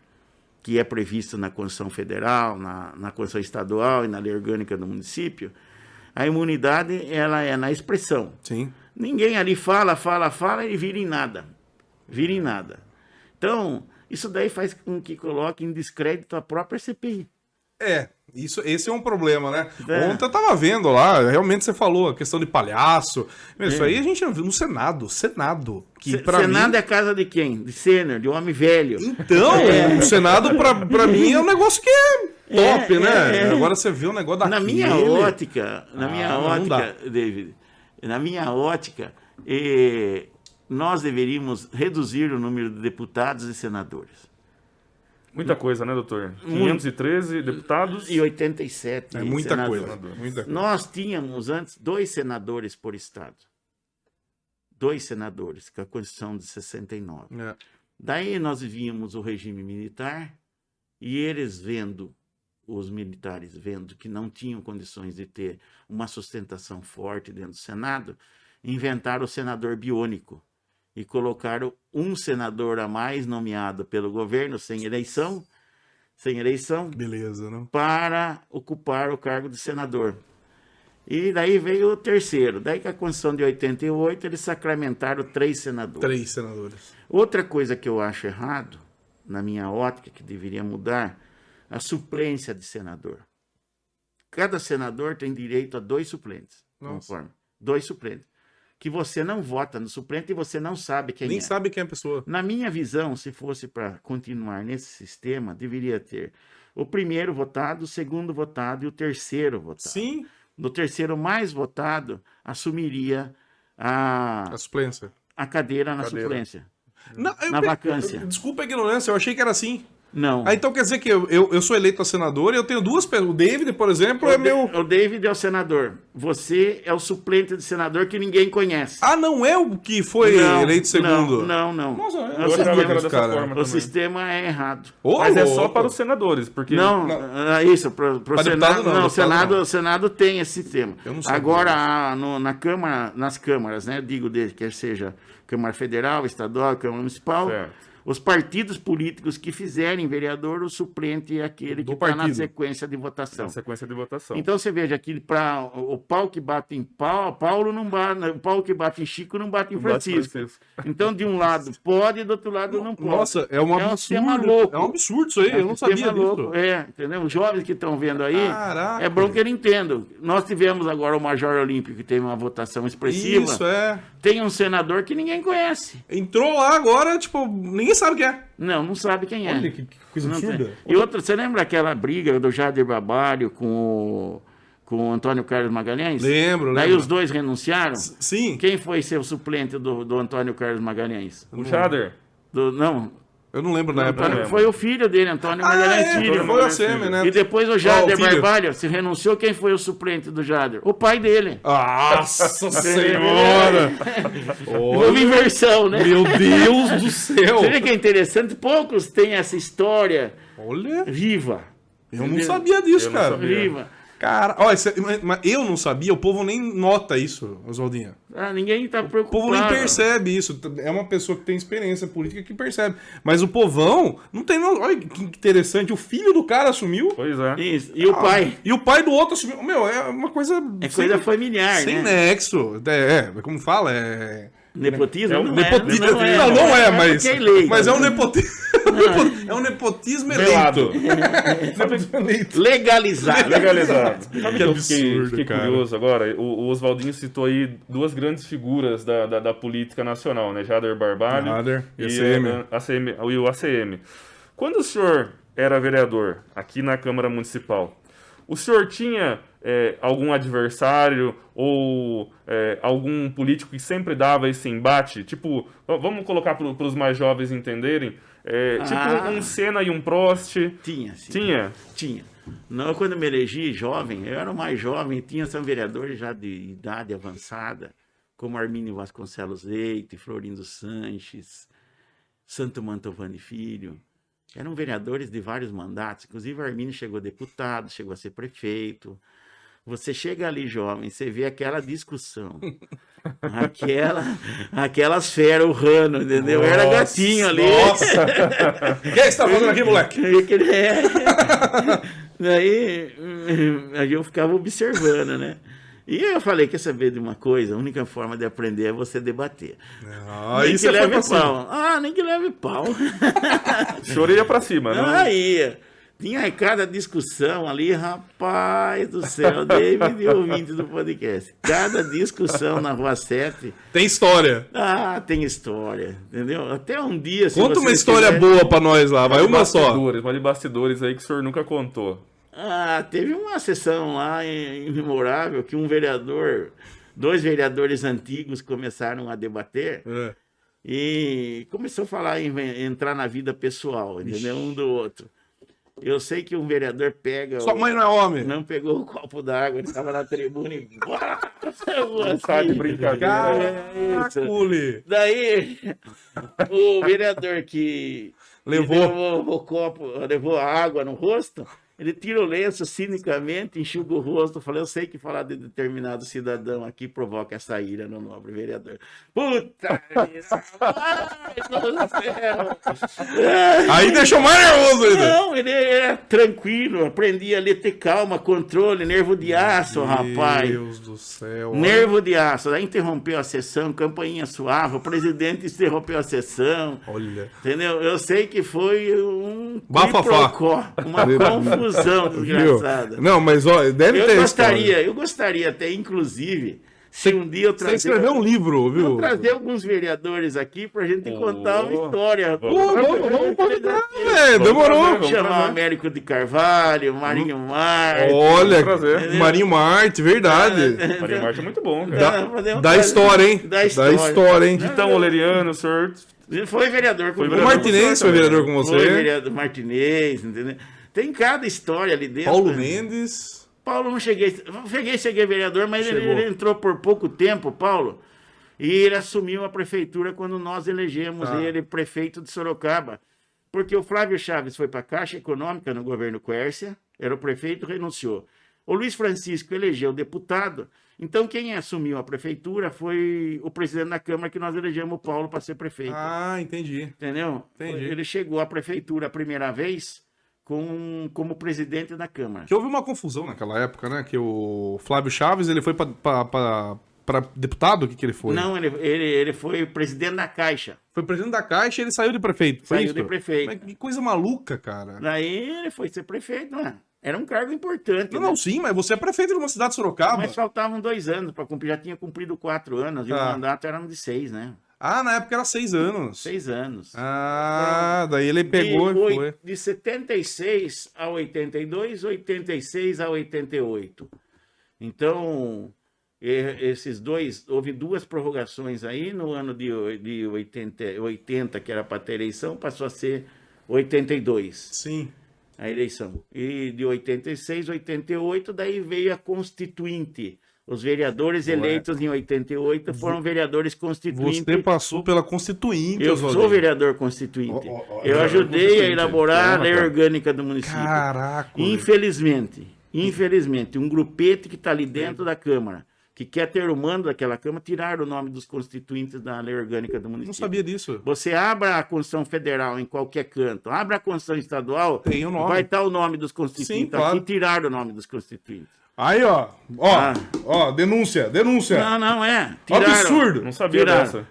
Speaker 3: que é previsto na Constituição Federal, na, na Constituição Estadual e na Lei Orgânica do Município, a imunidade ela é na expressão.
Speaker 1: Sim.
Speaker 3: Ninguém ali fala, fala, fala e vira em nada. Vira em nada. Então, isso daí faz com que coloque em descrédito a própria CPI.
Speaker 1: É, isso, esse é um problema, né?
Speaker 3: É.
Speaker 1: Ontem eu tava vendo lá, realmente você falou a questão de palhaço. Meu, Isso aí a gente viu no Senado, Senado. Que
Speaker 3: É. Se-
Speaker 1: pra
Speaker 3: Senado
Speaker 1: mim...
Speaker 3: é a casa de quem? De sênior, de homem velho.
Speaker 1: Então, o Senado pra, pra mim é um negócio que é top,
Speaker 3: É,
Speaker 1: né?
Speaker 3: é, é.
Speaker 1: Agora você vê o negócio daquele...
Speaker 3: Na minha ótica, na
Speaker 1: Ah,
Speaker 3: minha
Speaker 1: não
Speaker 3: ótica, David, na minha ótica, eh, nós deveríamos reduzir o número de deputados e senadores.
Speaker 2: muita coisa, né, doutor? 513 deputados.
Speaker 3: Hum. E 87
Speaker 1: É muita
Speaker 3: senadores.
Speaker 1: coisa, muita coisa.
Speaker 3: Nós tínhamos antes dois senadores por estado. Dois senadores, com a Constituição de 69.
Speaker 1: É.
Speaker 3: Daí nós vivíamos o regime militar e eles vendo, os militares vendo que não tinham condições de ter uma sustentação forte dentro do Senado, inventaram o senador biônico e colocaram um senador a mais nomeado pelo governo sem eleição, sem eleição,
Speaker 1: Beleza, né?
Speaker 3: para ocupar o cargo de senador. E daí veio o terceiro. Daí que a Constituição de 88 eles sacramentaram três senadores.
Speaker 1: Três senadores.
Speaker 3: Outra coisa que eu acho errado, na minha ótica, que deveria mudar, a suplência de senador. Cada senador tem direito a dois suplentes,
Speaker 1: Nossa.
Speaker 3: conforme. Dois suplentes. Que você não vota no suplente e você não sabe quem
Speaker 1: Nem
Speaker 3: é.
Speaker 1: sabe quem é a pessoa.
Speaker 3: Na minha visão, se fosse para continuar nesse sistema, deveria ter o primeiro votado, o segundo votado e o terceiro votado.
Speaker 1: Sim,
Speaker 3: No terceiro mais votado, assumiria a,
Speaker 1: a suplência.
Speaker 3: a cadeira na
Speaker 1: Cadeira.
Speaker 3: suplência.
Speaker 1: Não, eu
Speaker 3: Na
Speaker 1: pe-
Speaker 3: vacância.
Speaker 1: Desculpa a ignorância, eu achei que era assim.
Speaker 3: Não.
Speaker 1: Ah, então quer dizer que eu, eu, eu sou eleito a senador e eu tenho duas pessoas. O David, por exemplo, é
Speaker 3: o,
Speaker 1: meu.
Speaker 3: Da- o David é o senador. Você é o suplente de senador que ninguém conhece.
Speaker 1: Ah, não é o que foi
Speaker 3: Não,
Speaker 1: eleito segundo?
Speaker 3: Não, não. não.
Speaker 1: Nossa, eu
Speaker 3: o
Speaker 1: achava
Speaker 3: sistema,
Speaker 1: que era dessa
Speaker 2: cara.
Speaker 1: forma
Speaker 3: o
Speaker 2: também.
Speaker 3: sistema é errado.
Speaker 1: Ô,
Speaker 2: Mas é só
Speaker 1: louco.
Speaker 2: para os senadores, porque.
Speaker 3: Não, é isso, pro, pro
Speaker 1: Pra deputado
Speaker 3: Senado,
Speaker 1: não,
Speaker 3: não, o
Speaker 1: deputado
Speaker 3: Senado,
Speaker 1: não.
Speaker 3: o Senado tem esse tema.
Speaker 1: Eu não sabia
Speaker 3: Agora, a- no- na Câmara, nas câmaras, né, digo, de, quer seja Câmara Federal, Estadual, Câmara Municipal,
Speaker 2: Certo.
Speaker 3: os partidos políticos que fizerem vereador, o suplente é aquele
Speaker 1: Do
Speaker 3: que está na
Speaker 1: partido.
Speaker 3: sequência de votação.
Speaker 2: Na sequência de votação.
Speaker 3: Então você veja aqui para o pau que bate em pau, Paulo não bate, né, o pau que bate em Chico não bate em
Speaker 2: Não bate em
Speaker 3: Francisco.
Speaker 2: Francisco.
Speaker 3: Então de um lado pode, do outro lado não pode.
Speaker 1: Nossa, é um
Speaker 3: É um
Speaker 1: absurdo.
Speaker 3: sistema louco.
Speaker 1: É um absurdo isso aí. eu não sabia disso.
Speaker 3: Sistema louco, É, entendeu? Os jovens que estão vendo aí,
Speaker 1: Caraca.
Speaker 3: é bronca Nintendo. Nós tivemos agora o Major Olímpico, que teve uma votação expressiva.
Speaker 1: Isso, é.
Speaker 3: Tem um senador que ninguém conhece.
Speaker 1: Entrou lá agora, tipo, ninguém sabe o que é.
Speaker 3: Não, não sabe quem é.
Speaker 1: Olha que, que coisa
Speaker 3: Não tem.
Speaker 1: absurda.
Speaker 3: E outra, você lembra aquela briga do Jader Babário com o, com o Antônio Carlos Magalhães?
Speaker 1: Lembro,
Speaker 3: Daí
Speaker 1: lembro.
Speaker 3: os dois renunciaram.
Speaker 1: Sim,
Speaker 3: Quem foi ser o suplente do, do Antônio Carlos Magalhães?
Speaker 2: O Jader.
Speaker 3: Do- não,
Speaker 1: eu não lembro na época.
Speaker 2: tá
Speaker 3: Antônio-
Speaker 2: lembro.
Speaker 3: foi o filho dele, Antônio
Speaker 1: Ah,
Speaker 3: Magalhães
Speaker 1: é,
Speaker 3: Filho.
Speaker 1: ele foi a SEMI, né?
Speaker 3: E depois o Jader
Speaker 1: Ó, o filho.
Speaker 3: Barbalho se renunciou. Quem foi o suplente do Jader? O pai dele.
Speaker 1: Nossa Senhora!
Speaker 3: Houve
Speaker 1: Olha,
Speaker 3: inversão, né?
Speaker 1: meu Deus do céu!
Speaker 3: Você vê que é interessante? Poucos têm essa história
Speaker 1: Olha,
Speaker 3: viva.
Speaker 1: eu não
Speaker 3: Entendeu?
Speaker 1: sabia disso,
Speaker 2: Eu não
Speaker 1: cara.
Speaker 2: sabia.
Speaker 3: Viva.
Speaker 1: Cara, ó, isso é- mas- mas eu não sabia, o povo nem nota isso, Oswaldinha.
Speaker 3: Ah, ninguém está
Speaker 1: O
Speaker 3: preocupado.
Speaker 1: povo nem percebe isso. É uma pessoa que tem experiência política que percebe. Mas o povão não tem. não- Olha que interessante. O filho do cara assumiu
Speaker 2: Pois é.
Speaker 3: Isso. E o
Speaker 1: Ah,
Speaker 3: pai.
Speaker 1: e o pai do outro assumiu. Meu, é uma coisa.
Speaker 3: É coisa familiar,
Speaker 1: sem
Speaker 3: né?
Speaker 1: nexo. É, é, como fala? É.
Speaker 3: Nepotismo?
Speaker 2: É um
Speaker 3: não
Speaker 1: Nepotismo. Não, não é, mas.
Speaker 3: porque é lei.
Speaker 1: mas é um nepotismo. é um nepotismo eleito.
Speaker 2: Velado.
Speaker 1: Nepotismo eleito.
Speaker 3: Tá Legalizado.
Speaker 2: Legalizado. Sabe
Speaker 1: Que
Speaker 2: que eu fiquei,
Speaker 1: absurdo,
Speaker 2: fiquei
Speaker 1: cara.
Speaker 2: curioso agora? O, o Oswaldinho citou aí duas grandes figuras da, da, da política nacional, né? Jader Barbalho
Speaker 1: Jader,
Speaker 2: e
Speaker 1: ACM.
Speaker 2: eh, ACM, e o ACM. Quando o senhor era vereador aqui na Câmara Municipal, o senhor tinha eh, algum adversário ou eh, algum político que sempre dava esse embate? Tipo, v- vamos colocar para os mais jovens entenderem, eh,
Speaker 3: Ah.
Speaker 2: tipo um Senna e um Prost.
Speaker 3: Tinha, sim.
Speaker 2: Tinha?
Speaker 3: Tinha. Não, quando eu me elegi jovem, eu era o mais jovem, tinha são vereadores já de idade avançada, como Armínio Vasconcelos Leite, Florindo Sanches, Santo Mantovani Filho. Eram vereadores de vários mandatos, inclusive Armínio chegou deputado, chegou a ser prefeito. Você chega ali jovem, você vê aquela discussão, aquela, aquelas feras, o rano, entendeu? Eu era
Speaker 1: Nossa,
Speaker 3: gatinho ali.
Speaker 1: Nossa! O que é que você tá fazendo aqui, moleque?
Speaker 3: Eu ia querer- é. Daí hum, aí eu ficava observando, né? E eu falei, quer saber de uma coisa? A única forma de aprender é você debater.
Speaker 1: Aí
Speaker 3: nem
Speaker 1: você
Speaker 3: que
Speaker 1: foi pra
Speaker 3: leve
Speaker 1: cima.
Speaker 3: pau. Ah, nem que leve pau.
Speaker 2: O senhor ia pra cima, né?
Speaker 3: Ah, Aí, tinha cada discussão ali, rapaz do céu, David e ouvinte do podcast. Cada discussão na Rua 7,
Speaker 1: Tem história.
Speaker 3: ah, tem história, entendeu? Até um dia... se
Speaker 1: Conta uma
Speaker 3: vocês
Speaker 1: história
Speaker 3: quiserem-
Speaker 1: boa pra nós lá, vai
Speaker 2: de
Speaker 1: uma só.
Speaker 2: bastidores, Mas de bastidores aí que o senhor nunca contou.
Speaker 3: Ah, teve uma sessão lá em, em memorável que um vereador, dois vereadores antigos começaram a debater
Speaker 1: É.
Speaker 3: e começou a falar em ve- entrar na vida pessoal, entendeu? Um do outro. Eu sei que um vereador pega.
Speaker 1: Sua
Speaker 3: o-
Speaker 1: mãe não é homem.
Speaker 3: Não pegou o copo d'água, ele estava na tribuna e. assim."
Speaker 2: Não tá de brincadeira. né?
Speaker 1: Cara,
Speaker 3: É isso.
Speaker 1: cule.
Speaker 3: Daí, o vereador que
Speaker 1: Levou.
Speaker 3: que levou o copo, levou a água no rosto, ele tira o lenço cinicamente, enxuga o rosto, falou, eu sei que falar de determinado cidadão aqui provoca essa ira no nobre vereador. Puta! vida! Ai, meu céu!
Speaker 1: Aí deixou mais nervoso ainda.
Speaker 3: Não, ele era tranquilo, aprendi a ler, ter calma, controle, nervo de aço, rapaz.
Speaker 1: Deus do céu.
Speaker 3: Nervo de aço. Aí interrompeu a sessão, campainha suave, o presidente interrompeu a sessão.
Speaker 1: Olha.
Speaker 3: Entendeu? Eu sei que foi um
Speaker 1: Bafafá.
Speaker 3: quiprocó, uma confusão desgraçada.
Speaker 1: Viu? Não, mas ó, deve ter
Speaker 3: Eu
Speaker 1: história.
Speaker 3: gostaria, eu gostaria até, inclusive, se um dia eu
Speaker 1: Você
Speaker 3: trazer...
Speaker 1: escreveu um livro,
Speaker 3: Vou
Speaker 1: viu?
Speaker 3: trazer alguns vereadores aqui pra gente
Speaker 2: Ô.
Speaker 3: contar uma história.
Speaker 1: Pô, vamos, vamos convidar, velho.
Speaker 2: trazer,
Speaker 1: Demorou. Hum.
Speaker 2: vamos
Speaker 3: Chamar
Speaker 2: trazer.
Speaker 3: o Américo de Carvalho, Marinho Marte.
Speaker 1: Olha,
Speaker 2: Vamos trazer.
Speaker 1: Marinho Marte, verdade.
Speaker 2: Maria Marte é muito bom, cara.
Speaker 1: Da,
Speaker 3: Não, fazer um
Speaker 1: da
Speaker 3: trazer.
Speaker 1: história, hein?
Speaker 3: é, Da história.
Speaker 1: Da história, hein?
Speaker 2: Então, Oleriano, o senhor
Speaker 3: Foi vereador
Speaker 2: Foi
Speaker 3: com
Speaker 1: O
Speaker 2: vereador
Speaker 1: Martinez
Speaker 2: você
Speaker 1: foi
Speaker 2: também.
Speaker 1: vereador com
Speaker 3: Foi
Speaker 1: você.
Speaker 3: vereador é Martinez, entendeu? Tem cada história ali dentro.
Speaker 1: Paulo
Speaker 3: né?
Speaker 1: Mendes.
Speaker 3: Paulo não cheguei, cheguei, cheguei vereador, mas ele,
Speaker 1: Chegou.
Speaker 3: ele entrou por pouco tempo, Paulo, e ele assumiu a prefeitura quando nós elegemos
Speaker 1: Tá.
Speaker 3: ele prefeito de Sorocaba, porque o Flávio Chaves foi para a Caixa Econômica no governo Quércia, era o prefeito, renunciou. O Luiz Francisco elegeu deputado, então quem assumiu a prefeitura foi o presidente da Câmara que nós elegemos o Paulo para ser prefeito.
Speaker 1: Ah, entendi.
Speaker 3: Entendeu?
Speaker 1: Entendi.
Speaker 3: Ele chegou à prefeitura a primeira vez com, como presidente da Câmara.
Speaker 1: Que houve uma confusão naquela época, né? Que o Flávio Chaves, ele foi pra- pra pra- pra deputado, o que que ele foi?
Speaker 3: Não, ele, ele, ele foi presidente da Caixa.
Speaker 1: Foi presidente da Caixa e ele saiu de prefeito. Foi
Speaker 3: Saiu
Speaker 1: isso?
Speaker 3: de prefeito.
Speaker 1: Mas que coisa maluca, cara.
Speaker 3: Daí ele foi ser prefeito, né? Era um cargo importante.
Speaker 1: Não,
Speaker 3: né?
Speaker 1: não, sim, mas você é prefeito de uma cidade de Sorocaba.
Speaker 3: Mas faltavam dois anos para cumprir. Já tinha cumprido quatro anos e o
Speaker 1: Tá.
Speaker 3: mandato era um de seis, né?
Speaker 1: Ah, na época era seis anos.
Speaker 3: Seis anos.
Speaker 1: Ah, daí ele pegou
Speaker 3: de,
Speaker 1: e
Speaker 3: oi-
Speaker 1: foi.
Speaker 3: de 76 a 82, 86 a 88. Então, e- esses dois, houve duas prorrogações aí, no ano de, oi- de 80, 80, que era para ter eleição, passou a ser 82.
Speaker 1: Sim.
Speaker 3: a eleição. E de 86, 88, daí veio a Constituinte. Os vereadores
Speaker 1: é?
Speaker 3: eleitos em 88 foram vereadores constituintes.
Speaker 1: Você passou pela Constituinte,
Speaker 3: Então, Eu
Speaker 1: Oswaldo.
Speaker 3: sou vereador constituinte.
Speaker 1: Ó, ó, ó,
Speaker 3: Eu
Speaker 1: vereador
Speaker 3: ajudei a
Speaker 2: constituinte.
Speaker 3: elaborar a lei
Speaker 2: Caraca.
Speaker 3: orgânica do município.
Speaker 1: Caraca.
Speaker 3: Infelizmente, infelizmente, um grupete que está ali dentro da Câmara, que quer ter o mando daquela Câmara, tiraram o nome dos constituintes da lei orgânica do município.
Speaker 1: Não sabia disso.
Speaker 3: Você abra a Constituição Federal em qualquer canto, abra a Constituição Estadual,
Speaker 1: Tem o nome.
Speaker 3: vai estar o nome dos constituintes.
Speaker 1: Sim, claro.
Speaker 3: Aqui tiraram o nome dos constituintes.
Speaker 1: Aí, ó. Ó,
Speaker 3: Ah.
Speaker 1: ó, denúncia, denúncia.
Speaker 3: Não, não é.
Speaker 1: Ó,
Speaker 3: Tiraram.
Speaker 1: absurdo.
Speaker 2: Não sabia
Speaker 3: Tiraram.
Speaker 2: dessa.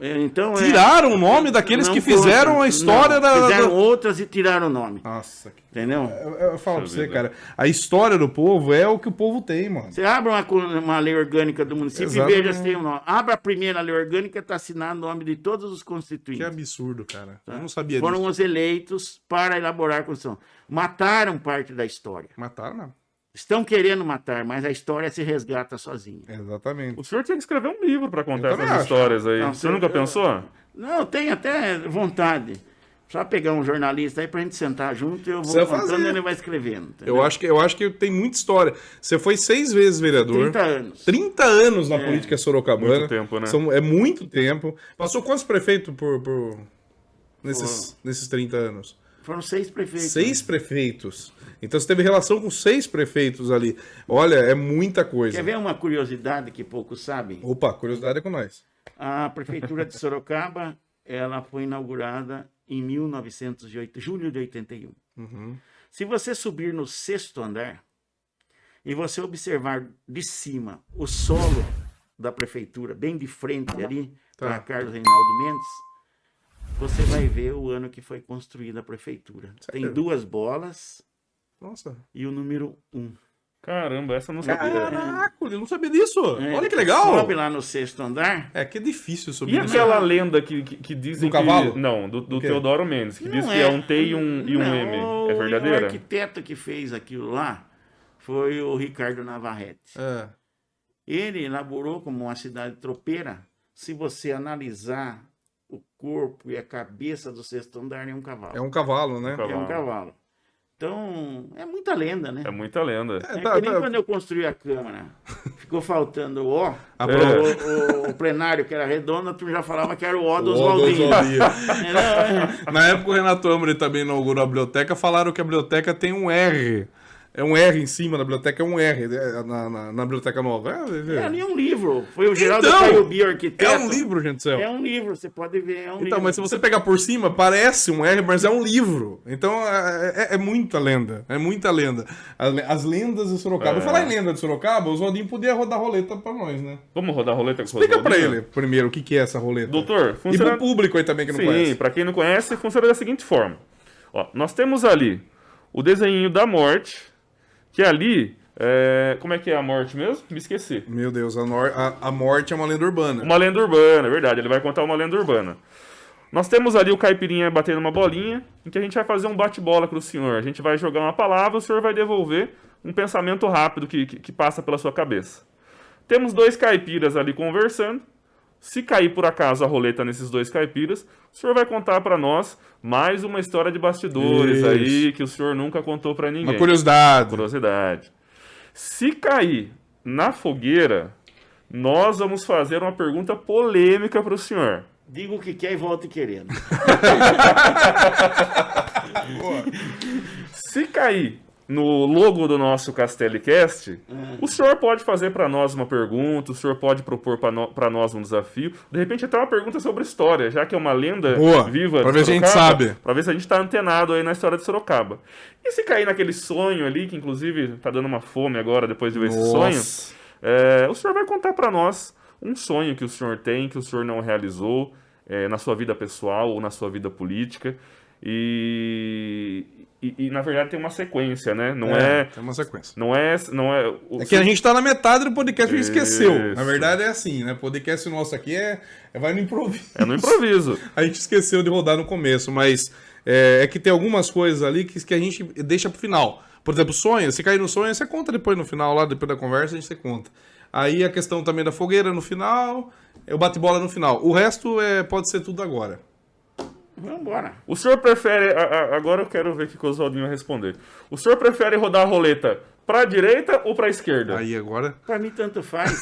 Speaker 3: É, Então, é.
Speaker 1: Tiraram o nome daqueles
Speaker 3: Não
Speaker 1: que fizeram
Speaker 3: conta.
Speaker 1: a história
Speaker 3: Não,
Speaker 1: da. da-
Speaker 3: Fizeram outras e tiraram o nome.
Speaker 1: Nossa, que-
Speaker 3: Entendeu?
Speaker 1: eu, eu falo pra você,
Speaker 2: vida.
Speaker 3: né?
Speaker 1: cara. A história do povo é o que o povo tem, mano.
Speaker 3: Você abre uma, co- uma lei orgânica do município e veja
Speaker 1: Exatamente.
Speaker 3: se tem o nome. Abra a primeira lei orgânica, está assinado o nome de todos os
Speaker 1: Que
Speaker 3: constituintes.
Speaker 1: absurdo, cara. Eu não sabia
Speaker 3: É. Foram
Speaker 1: disso.
Speaker 3: os eleitos para elaborar a Constituição. Mataram parte da história.
Speaker 1: Mataram, não.
Speaker 3: Estão querendo matar, mas a história se resgata sozinha.
Speaker 1: Exatamente.
Speaker 2: O senhor tinha que escrever um livro pra contar
Speaker 1: Eu também
Speaker 2: essas
Speaker 1: acho.
Speaker 2: histórias aí.
Speaker 3: Não,
Speaker 2: o senhor
Speaker 3: eu-
Speaker 2: nunca
Speaker 3: eu-
Speaker 2: pensou?
Speaker 3: Não, eu tenho até vontade. Só pegar um jornalista aí pra gente sentar junto, eu vou
Speaker 1: Precisa
Speaker 3: contando
Speaker 1: fazer.
Speaker 3: e ele vai escrevendo.
Speaker 1: Eu acho, que, eu acho que tem muita história. Você foi seis vezes vereador.
Speaker 3: 30 anos.
Speaker 1: 30 anos
Speaker 3: É.
Speaker 1: na política sorocabana.
Speaker 2: Muito tempo, né?
Speaker 1: São- é muito tempo. Passou quantos prefeitos por, por- nesses, nesses 30 anos?
Speaker 3: Foram seis prefeitos. né?
Speaker 1: Seis prefeitos. Então você teve relação com seis prefeitos ali. Olha, é muita coisa.
Speaker 3: Quer ver uma curiosidade que poucos sabem?
Speaker 1: Opa, curiosidade é com nós.
Speaker 3: A prefeitura de Sorocaba, ela foi inaugurada em 1908, julho de 81.
Speaker 1: Uhum.
Speaker 3: Se você subir no sexto andar e você observar de cima o solo da prefeitura, bem de frente ali,
Speaker 1: Tá.
Speaker 3: para Carlos Reinaldo Mendes, você vai ver o ano que foi construída a prefeitura. Tem
Speaker 1: Sério?
Speaker 3: duas bolas
Speaker 1: Nossa.
Speaker 3: e o número um.
Speaker 2: Caramba, essa eu não sabia.
Speaker 1: Caraca, eu não sabia disso.
Speaker 3: É,
Speaker 1: Olha que legal.
Speaker 3: Sobe lá no sexto andar.
Speaker 1: É que é difícil subir
Speaker 2: E
Speaker 1: isso.
Speaker 2: aquela lenda que, que, que dizem
Speaker 1: Do cavalo?
Speaker 2: que... Não, do, do
Speaker 1: quê?
Speaker 2: Teodoro Mendes, que
Speaker 3: Não
Speaker 2: diz que é um T e um, e um
Speaker 3: não,
Speaker 2: M. É
Speaker 3: o- O
Speaker 2: verdadeira?
Speaker 3: arquiteto que fez aquilo lá foi o Ricardo Navarrete.
Speaker 1: É.
Speaker 3: Ele elaborou como uma cidade tropeira. Se você analisar o corpo e a cabeça do sexto andar, é um cavalo.
Speaker 1: É um cavalo, né?
Speaker 2: Cavalo.
Speaker 3: É um cavalo. Então, é muita lenda, né?
Speaker 2: É muita lenda.
Speaker 1: É,
Speaker 3: É,
Speaker 1: tá,
Speaker 3: que nem
Speaker 1: tá.
Speaker 3: quando eu construí a Câmara. Ficou faltando o O.
Speaker 1: A
Speaker 3: o- O, o plenário, que era redondo, a turma já falava que era o O do
Speaker 1: O do
Speaker 3: Oswaldinho.
Speaker 1: Oswaldinho.
Speaker 3: Era-
Speaker 1: Na época o Renato Ambre também inaugurou a biblioteca, falaram que a biblioteca tem um R. É um R em cima da biblioteca, é um R né, na, na- na biblioteca nova. É,
Speaker 3: É
Speaker 1: é,
Speaker 3: ali um livro. Foi o Geraldo
Speaker 1: Então,
Speaker 3: Caiubi, arquiteto.
Speaker 1: um livro, gente do céu.
Speaker 3: É um livro, você pode ver. É um
Speaker 1: Então,
Speaker 3: livro.
Speaker 1: mas se você pegar por cima, parece um R, mas é um livro. Então, é, é- é muita lenda. É muita lenda. As, le- as lendas de Sorocaba.
Speaker 2: É.
Speaker 1: Falar em lenda de Sorocaba, o Oswaldinho podia rodar roleta pra nós, né?
Speaker 2: Vamos rodar a roleta com o
Speaker 1: Explica pra
Speaker 2: Oswaldinho?
Speaker 1: ele, primeiro, o que, que é essa roleta.
Speaker 2: Doutor,
Speaker 1: E
Speaker 2: funciona...
Speaker 1: pro público aí também que não
Speaker 2: Sim,
Speaker 1: conhece.
Speaker 2: pra quem não conhece, funciona da seguinte forma. Ó, nós temos ali o desenho da morte, que ali... é, Como é que é a morte mesmo? Me esqueci.
Speaker 1: Meu Deus, a, nor- a- a morte é uma lenda urbana.
Speaker 2: Uma lenda urbana, é verdade. Ele vai contar uma lenda urbana. Nós temos ali o caipirinha batendo uma bolinha, em que a gente vai fazer um bate-bola com o senhor. A gente vai jogar uma palavra, o senhor vai devolver um pensamento rápido que, que, que passa pela sua cabeça. Temos dois caipiras ali conversando. Se cair por acaso a roleta nesses dois caipiras, o senhor vai contar para nós mais uma história de bastidores
Speaker 1: Isso.
Speaker 2: aí que o senhor nunca contou para ninguém.
Speaker 1: Uma curiosidade.
Speaker 2: Curiosidade. Se cair na fogueira, nós vamos fazer uma pergunta polêmica para o senhor.
Speaker 3: Diga o que quer e volte querendo.
Speaker 2: Se cair no logo do nosso Castellcast, o senhor pode fazer para nós uma pergunta, o senhor pode propor para nós um desafio. De repente até uma pergunta sobre história, já que é uma lenda
Speaker 1: Boa,
Speaker 2: viva
Speaker 1: pra
Speaker 2: de
Speaker 1: ver se a gente
Speaker 2: Sorocaba,
Speaker 1: sabe.
Speaker 2: Pra ver se a gente tá antenado aí na história de Sorocaba. E se cair naquele sonho ali, que inclusive tá dando uma fome agora depois de ver esse sonho,
Speaker 1: Nossa.
Speaker 2: é, o senhor vai contar para nós um sonho que o senhor tem, que o senhor não realizou é, na sua vida pessoal ou na sua vida política. E, e- e, na verdade tem uma sequência, né? Não é.
Speaker 1: Tem uma sequência.
Speaker 2: não é. Não é, o-
Speaker 1: É que a gente tá na metade do podcast e a gente esqueceu.
Speaker 2: Isso.
Speaker 1: Na verdade é assim, né? Podcast nosso aqui é, é vai no improviso.
Speaker 2: é no improviso.
Speaker 1: A gente esqueceu de rodar no começo, mas é, é que tem algumas coisas ali que, que a gente deixa pro final. Por exemplo, sonho. Se cair no sonho, você conta depois no final, lá depois da conversa, a gente conta. Aí a questão também da fogueira no final, eu bate bola no final. O resto é, pode ser tudo agora.
Speaker 3: Vambora.
Speaker 2: O senhor prefere. a- a- agora eu quero ver o que que o Oswaldinho vai responder. O senhor prefere rodar a roleta pra direita ou pra esquerda?
Speaker 1: Aí agora.
Speaker 3: Pra mim, tanto faz.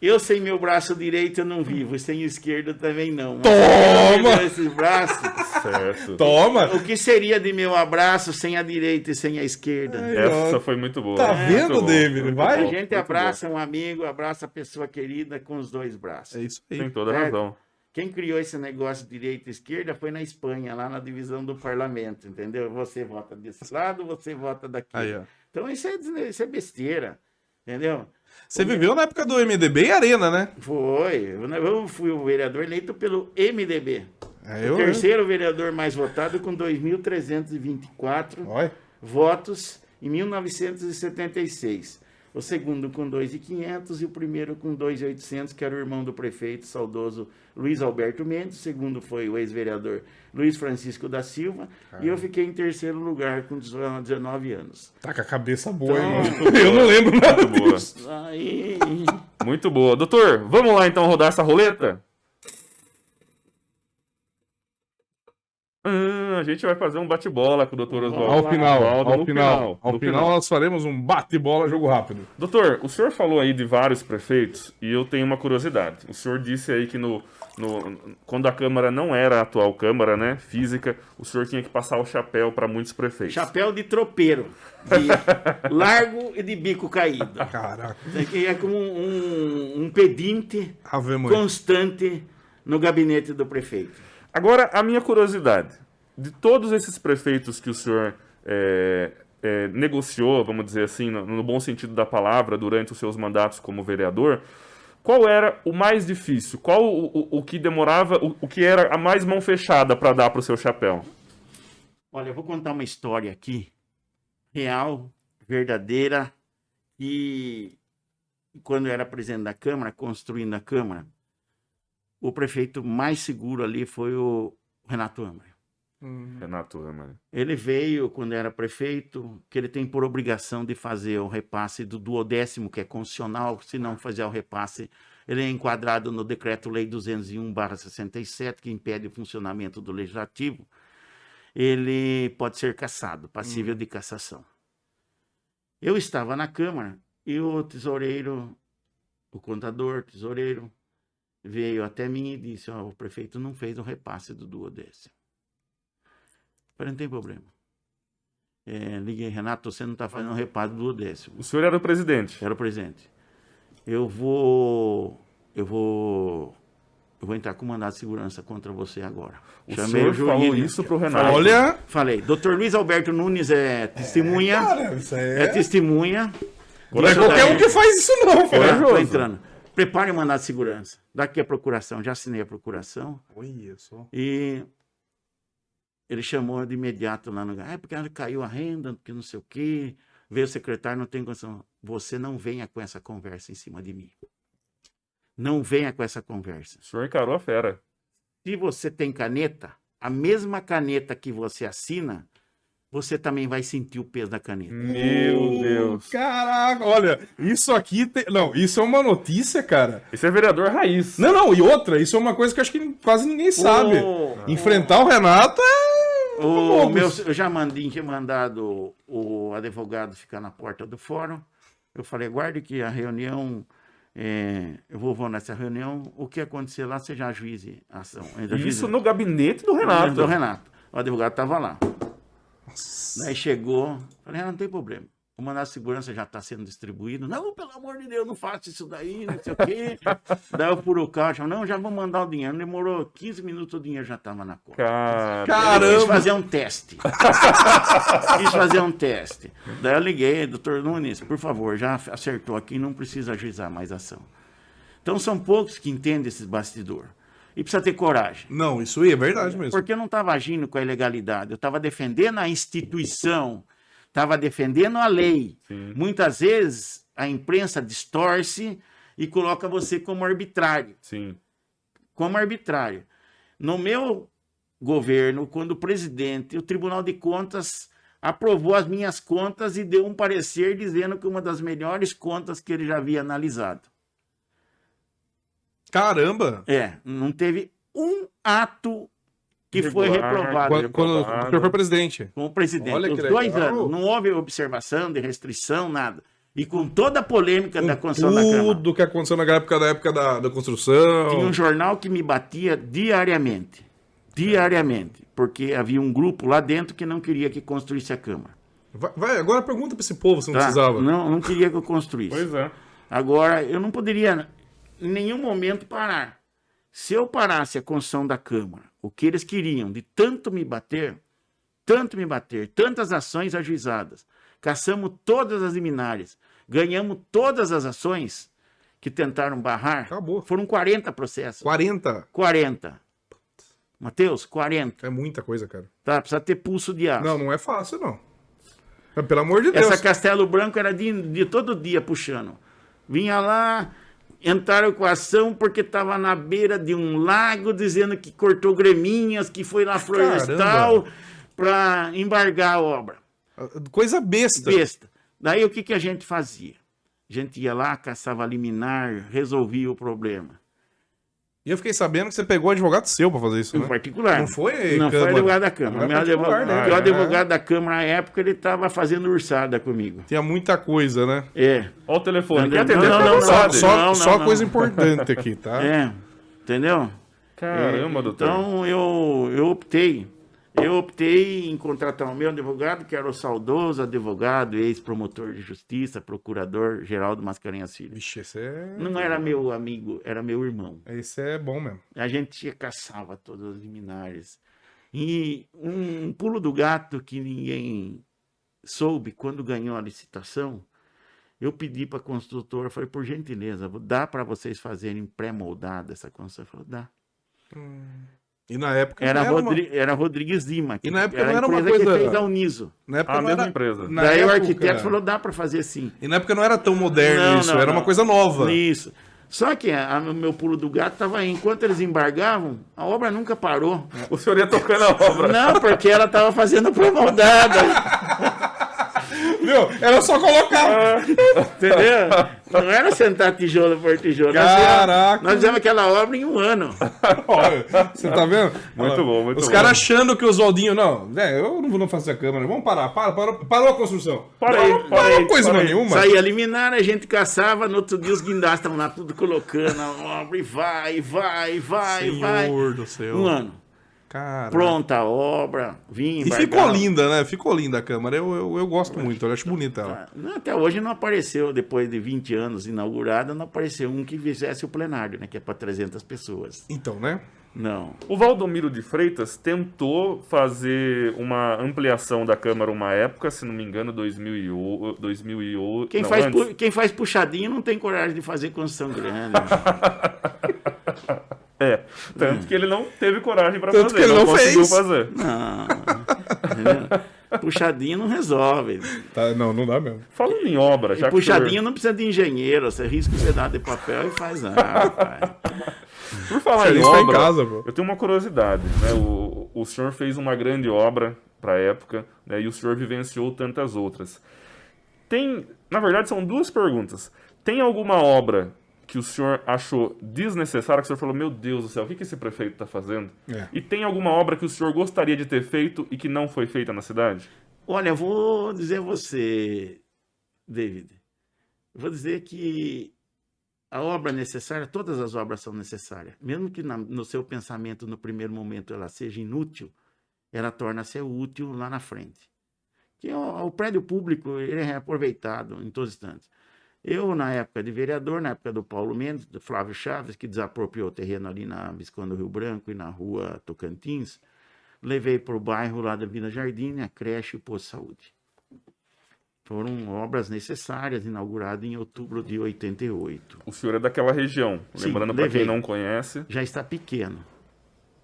Speaker 3: Eu sem meu braço direito eu não vivo, sem o esquerdo também não. Mas
Speaker 1: Toma!
Speaker 3: eu tenho Esses braços.
Speaker 2: Certo.
Speaker 1: Toma!
Speaker 3: O que seria de meu abraço sem a direita e sem a esquerda?
Speaker 2: Essa foi muito boa.
Speaker 1: Tá
Speaker 2: Muito
Speaker 1: vendo,
Speaker 2: boa,
Speaker 1: David?
Speaker 2: muito
Speaker 1: Vai.
Speaker 2: boa,
Speaker 3: A gente
Speaker 2: muito
Speaker 3: abraça um amigo, abraça a pessoa querida com os dois
Speaker 1: É
Speaker 3: braços.
Speaker 1: isso
Speaker 2: boa. Tem
Speaker 1: aí.
Speaker 2: toda a
Speaker 3: Certo.
Speaker 2: razão.
Speaker 3: Quem criou esse negócio de direita e esquerda foi na Espanha, lá na divisão do parlamento, entendeu? Você vota desse lado, você vota daqui.
Speaker 1: Aí, ó.
Speaker 3: Então isso é, desne- isso é besteira, entendeu?
Speaker 1: Você viveu na época do MDB e Arena, né?
Speaker 3: Foi. Eu- Eu fui o vereador eleito pelo MDB.
Speaker 1: É eu.
Speaker 3: o terceiro vereador mais votado com 2.324
Speaker 1: Olha.
Speaker 3: votos em 1976. O segundo com 2.500 e o primeiro com 2.800, que era o irmão do prefeito, saudoso Luiz Alberto Mendes. O segundo foi o ex-vereador Luiz Francisco da Silva. E eu fiquei em terceiro lugar com 19 anos.
Speaker 1: Tá com a cabeça boa,
Speaker 3: Então,
Speaker 1: hein? mano? Eu não lembro nada
Speaker 2: Muito boa.
Speaker 1: disso.
Speaker 3: Aí...
Speaker 2: Muito boa. Doutor, vamos lá então rodar essa roleta? Ah, a gente vai fazer um bate-bola com o doutor Oswaldo.
Speaker 1: Ao final,
Speaker 2: Oswaldo,
Speaker 1: ao
Speaker 2: no
Speaker 1: final,
Speaker 2: no
Speaker 1: ao final nós faremos um bate-bola jogo rápido.
Speaker 2: Doutor, o senhor falou aí de vários prefeitos e eu tenho uma curiosidade. O senhor disse aí que no, no- quando a Câmara não era a atual Câmara, né, física, o senhor tinha que passar o chapéu para muitos prefeitos.
Speaker 3: Chapéu de tropeiro, de largo e de bico caído.
Speaker 1: Caraca.
Speaker 3: Isso aqui é como um, um pedinte
Speaker 1: Ave Maria.
Speaker 3: constante no gabinete do prefeito.
Speaker 2: Agora, a minha curiosidade. De todos esses prefeitos que o senhor é, é, negociou, vamos dizer assim, no, no bom sentido da palavra, durante os seus mandatos como vereador, qual era o mais difícil? Qual o, o- o que demorava, o, o que era a mais mão fechada para dar para o seu chapéu?
Speaker 3: Olha, eu vou contar uma história aqui, real, verdadeira, e quando eu era presidente da Câmara, construindo a Câmara, o prefeito mais seguro ali foi o Renato Amar.
Speaker 2: Renato né, Ramalho.
Speaker 3: Ele veio quando era prefeito, que ele tem por obrigação de fazer o repasse do duodécimo, que é constitucional, se não fazer o repasse, ele é enquadrado no decreto-lei 201/67, que impede o funcionamento do legislativo. Ele pode ser cassado, passível de cassação. Eu estava na Câmara e o tesoureiro, o contador, tesoureiro, veio até mim e disse: "Ó, o prefeito não fez o repasse do duodécimo. Falei, não tem problema. É, liguei, Renato, você não está fazendo reparo do décimo.
Speaker 2: O senhor era o presidente.
Speaker 3: Era o presente. Eu vou. Eu vou. Eu vou entrar com mandado de segurança contra você agora.
Speaker 2: O senhor falou isso pro Renato.
Speaker 1: Olha.
Speaker 3: Falei, doutor Luiz Alberto Nunes é testemunha.
Speaker 1: Cara, isso
Speaker 3: É,
Speaker 1: é.
Speaker 3: testemunha.
Speaker 1: Não é
Speaker 3: Isso
Speaker 1: qualquer
Speaker 3: daí.
Speaker 1: um que faz isso, não,
Speaker 3: Tá,
Speaker 1: cara.
Speaker 3: tô
Speaker 2: corajoso.
Speaker 3: entrando. Prepare o mandado de segurança. Daqui a procuração. Já assinei a procuração.
Speaker 1: Olha só.
Speaker 3: E ele chamou de imediato lá no lugar. Ah, porque caiu a renda, porque não sei o quê. Veio o secretário, não tem condição. Você não venha com essa conversa em cima de mim. Não venha com essa conversa.
Speaker 2: O senhor encarou a fera.
Speaker 3: Se você tem caneta, a mesma caneta que você assina, você também vai sentir o peso da caneta.
Speaker 2: Meu Deus.
Speaker 1: Caraca, olha, isso aqui tem. Não, isso é uma notícia, cara.
Speaker 2: Esse é vereador raiz.
Speaker 1: Não, não, e outra, isso é uma coisa que eu acho que quase ninguém sabe.
Speaker 2: Ô,
Speaker 1: Enfrentar o Renato é.
Speaker 3: O meu, eu já mandei, tinha mandado o advogado ficar na porta do fórum. Eu falei, guarde que a reunião, é, eu vou, vou nessa reunião, o que acontecer lá, você já ajuize a ação. Já ajuize-
Speaker 2: Isso no gabinete do Renato.
Speaker 3: Do Renato. O advogado estava lá. Daí chegou, falei, ah, não tem problema. O mandado de segurança já está sendo distribuído. Não, pelo amor de Deus, não faça isso daí, não sei o quê. daí eu furo o carro, já, não, já vou mandar o dinheiro. Demorou 15 minutos, o dinheiro já estava na conta.
Speaker 2: Cara.
Speaker 3: Eu quis
Speaker 1: Caramba!
Speaker 3: fazer um teste. quis fazer um teste. Daí eu liguei, doutor Nunes, por favor, já acertou aqui, não precisa ajuizar mais a ação. Então são poucos que entendem esses bastidor. E precisa ter coragem.
Speaker 1: Não, isso aí é verdade mesmo.
Speaker 3: Porque eu não estava agindo com a ilegalidade, eu estava defendendo a instituição, estava defendendo a lei. Muitas vezes a imprensa distorce e coloca você como arbitrário
Speaker 2: Sim.
Speaker 3: como arbitrário. No meu governo, quando o presidente, o Tribunal de Contas aprovou as minhas contas e deu um parecer dizendo que uma das melhores contas que ele já havia analisado.
Speaker 1: Caramba!
Speaker 3: É, não teve um ato que foi
Speaker 2: Regular,
Speaker 3: reprovado
Speaker 2: Olha,
Speaker 1: Quando, quando o
Speaker 2: roubado.
Speaker 1: senhor foi presidente.
Speaker 3: com o presidente.
Speaker 1: Olha que
Speaker 3: Os
Speaker 1: legal.
Speaker 3: dois anos, não houve observação de restrição, nada. E com toda a polêmica da
Speaker 1: Com
Speaker 3: Constituição da Câmara.
Speaker 1: tudo que aconteceu na época da época da, da construção.
Speaker 3: Tinha um jornal que me batia diariamente. Diariamente. Porque havia um grupo lá dentro que não queria que construísse a Câmara.
Speaker 1: Vai, vai, agora pergunta pra esse povo se não
Speaker 3: tá?
Speaker 1: precisava.
Speaker 3: Não, não queria que eu construísse.
Speaker 2: Pois é.
Speaker 3: Agora, eu não poderia em nenhum momento parar. Se eu parasse a construção da Câmara, o que eles queriam, de tanto me bater, tanto me bater, tantas ações ajuizadas, caçamos todas as liminárias, ganhamos todas as ações que tentaram barrar.
Speaker 1: Acabou.
Speaker 3: Foram 40 processos.
Speaker 1: 40
Speaker 3: 40. Matheus, 40.
Speaker 1: é muita coisa, cara.
Speaker 3: Tá? Precisa ter pulso de aço.
Speaker 1: Não, não é fácil, não. Mas, Pelo amor de Deus.
Speaker 3: Essa Castelo Branco era de, de todo dia puxando. Vinha lá, entraram com a ação porque estava na beira de um lago, dizendo que cortou greminhas, que foi lá florestal para embargar a obra.
Speaker 1: Ah, Coisa besta.
Speaker 3: Besta. Daí o que, que a gente fazia? A gente ia lá, caçava liminar, resolvia o problema.
Speaker 1: E eu fiquei sabendo que você pegou advogado seu pra fazer isso,
Speaker 3: Em
Speaker 1: né?
Speaker 3: particular.
Speaker 1: Não foi
Speaker 3: Não foi
Speaker 1: Câmara.
Speaker 3: advogado da Câmara.
Speaker 1: Não
Speaker 3: Meu
Speaker 1: é particular,
Speaker 3: advogado,
Speaker 1: né?
Speaker 3: meu
Speaker 1: É.
Speaker 3: advogado da Câmara, na época, ele estava fazendo ursada comigo.
Speaker 1: Tinha muita coisa, né?
Speaker 3: É.
Speaker 2: Olha o telefone.
Speaker 3: Não,
Speaker 2: Quer
Speaker 3: não,
Speaker 2: atender?
Speaker 3: não,
Speaker 2: Tá
Speaker 3: não, não.
Speaker 2: cansado.
Speaker 1: Só,
Speaker 3: não,
Speaker 1: só
Speaker 3: não.
Speaker 1: coisa importante aqui, tá?
Speaker 3: É. Entendeu?
Speaker 2: Caramba, doutor.
Speaker 3: Então eu, eu optei. Eu optei em contratar o meu advogado, que era o saudoso advogado, ex-promotor de justiça, procurador Geraldo Mascarenhas Filho.
Speaker 1: Vixe, esse é...
Speaker 3: Não era meu amigo, era meu irmão.
Speaker 1: esse é bom mesmo.
Speaker 3: A gente caçava todas as liminares. E um pulo do gato que ninguém soube quando ganhou a licitação, eu pedi para a construtora, falei, por gentileza, dá para vocês fazerem pré-moldada essa construção? Ela Falou, dá.
Speaker 1: E na época
Speaker 3: Era,
Speaker 1: não uma-
Speaker 3: Rodri- era Rodrigues Lima. que
Speaker 1: E na época
Speaker 3: a
Speaker 1: não era uma
Speaker 3: empresa
Speaker 1: coisa-
Speaker 3: que fez a Uniso.
Speaker 1: Na época
Speaker 2: A
Speaker 1: não
Speaker 2: mesma
Speaker 1: era...
Speaker 2: empresa.
Speaker 1: Na
Speaker 3: Daí o
Speaker 1: época-
Speaker 3: arquiteto falou, dá para fazer sim.
Speaker 1: E na época não era tão moderno
Speaker 3: Não,
Speaker 1: isso,
Speaker 3: não,
Speaker 1: era
Speaker 3: não.
Speaker 1: uma coisa nova.
Speaker 3: Isso. Só que a- a- o meu pulo do gato estava aí. Enquanto eles embargavam, a obra nunca parou.
Speaker 2: O senhor ia tocando a obra.
Speaker 3: Não, porque ela estava fazendo pré-moldada.
Speaker 1: Meu, era só
Speaker 3: É.
Speaker 1: colocar.
Speaker 3: Entendeu? Não era sentar tijolo por tijolo. Nós fizemos-
Speaker 1: Caraca.
Speaker 3: Nós fizemos aquela obra em um ano.
Speaker 1: Olha, Você tá vendo?
Speaker 2: Muito bom, muito
Speaker 1: Os
Speaker 2: bom.
Speaker 1: caras achando que o Oswaldinho, não, é, eu não vou não fazer a câmera. Vamos parar, para, parou, parou a construção.
Speaker 2: Para aí,
Speaker 1: Parou,
Speaker 2: para
Speaker 1: parou
Speaker 2: aí,
Speaker 1: coisa
Speaker 2: para aí.
Speaker 1: nenhuma.
Speaker 3: Saía liminar, a gente caçava, no outro dia os guindastas estavam lá tudo colocando a obra e vai, vai, vai, vai.
Speaker 1: do céu.
Speaker 3: Um ano.
Speaker 1: Cara.
Speaker 3: Pronta a obra, vim.
Speaker 1: E ficou linda, né? Ficou linda a câmera. Eu, eu, eu gosto muito, eu acho bonita ela.
Speaker 3: Não, Até hoje não apareceu, depois de 20 anos inaugurada, não apareceu um que fizesse o plenário, né? Que é para 300 pessoas.
Speaker 1: Então, né?
Speaker 3: Não.
Speaker 2: O Valdomiro de Freitas tentou fazer uma ampliação da Câmara uma época, se não me engano, 2008. 2008
Speaker 3: Quem,
Speaker 2: não,
Speaker 3: faz,
Speaker 2: antes.
Speaker 3: pu- quem faz puxadinho não tem coragem de fazer construção grande.
Speaker 2: É, tanto que ele não teve coragem pra
Speaker 1: Tanto
Speaker 2: fazer,
Speaker 1: que ele
Speaker 2: não,
Speaker 1: não
Speaker 2: conseguiu
Speaker 1: fez.
Speaker 2: fazer.
Speaker 3: não. Entendeu? Puxadinho não resolve.
Speaker 1: Tá, não, não dá mesmo.
Speaker 2: Falando em obra, já
Speaker 3: E
Speaker 2: que o senhor-
Speaker 3: puxadinho não precisa de engenheiro, você risca o pedaço de papel e faz. Ah, rapaz.
Speaker 2: Por falar
Speaker 1: Isso
Speaker 2: em
Speaker 1: tá em
Speaker 2: É, obra,
Speaker 1: casa, pô.
Speaker 2: eu tenho uma curiosidade. né? O, o senhor fez uma grande obra para a época, né, e o senhor vivenciou tantas outras. Tem, na verdade, são duas perguntas. Tem alguma obra que o senhor achou desnecessária, que o senhor falou, meu Deus do céu, o que, que esse prefeito está fazendo?
Speaker 1: É.
Speaker 2: E tem alguma obra que o senhor gostaria de ter feito e que não foi feita na cidade?
Speaker 3: Olha, eu vou dizer a você, David. Vou dizer que a obra necessária, todas as obras são necessárias. Mesmo que na- no seu pensamento, no primeiro momento, ela seja inútil, ela torna-se útil lá na frente. Que é o, o prédio público ele é reaproveitado em todos os instantes. Eu, na época de vereador, na época do Paulo Mendes, do Flávio Chaves, que desapropriou o terreno ali na Visconde do Rio Branco e na rua Tocantins, levei para o bairro lá da Vila Jardim, a creche e o posto de saúde. Foram obras necessárias, inauguradas em outubro de 88.
Speaker 2: O senhor é daquela região.
Speaker 3: Sim,
Speaker 2: Lembrando para quem
Speaker 3: levei.
Speaker 2: não conhece,
Speaker 3: já está pequeno.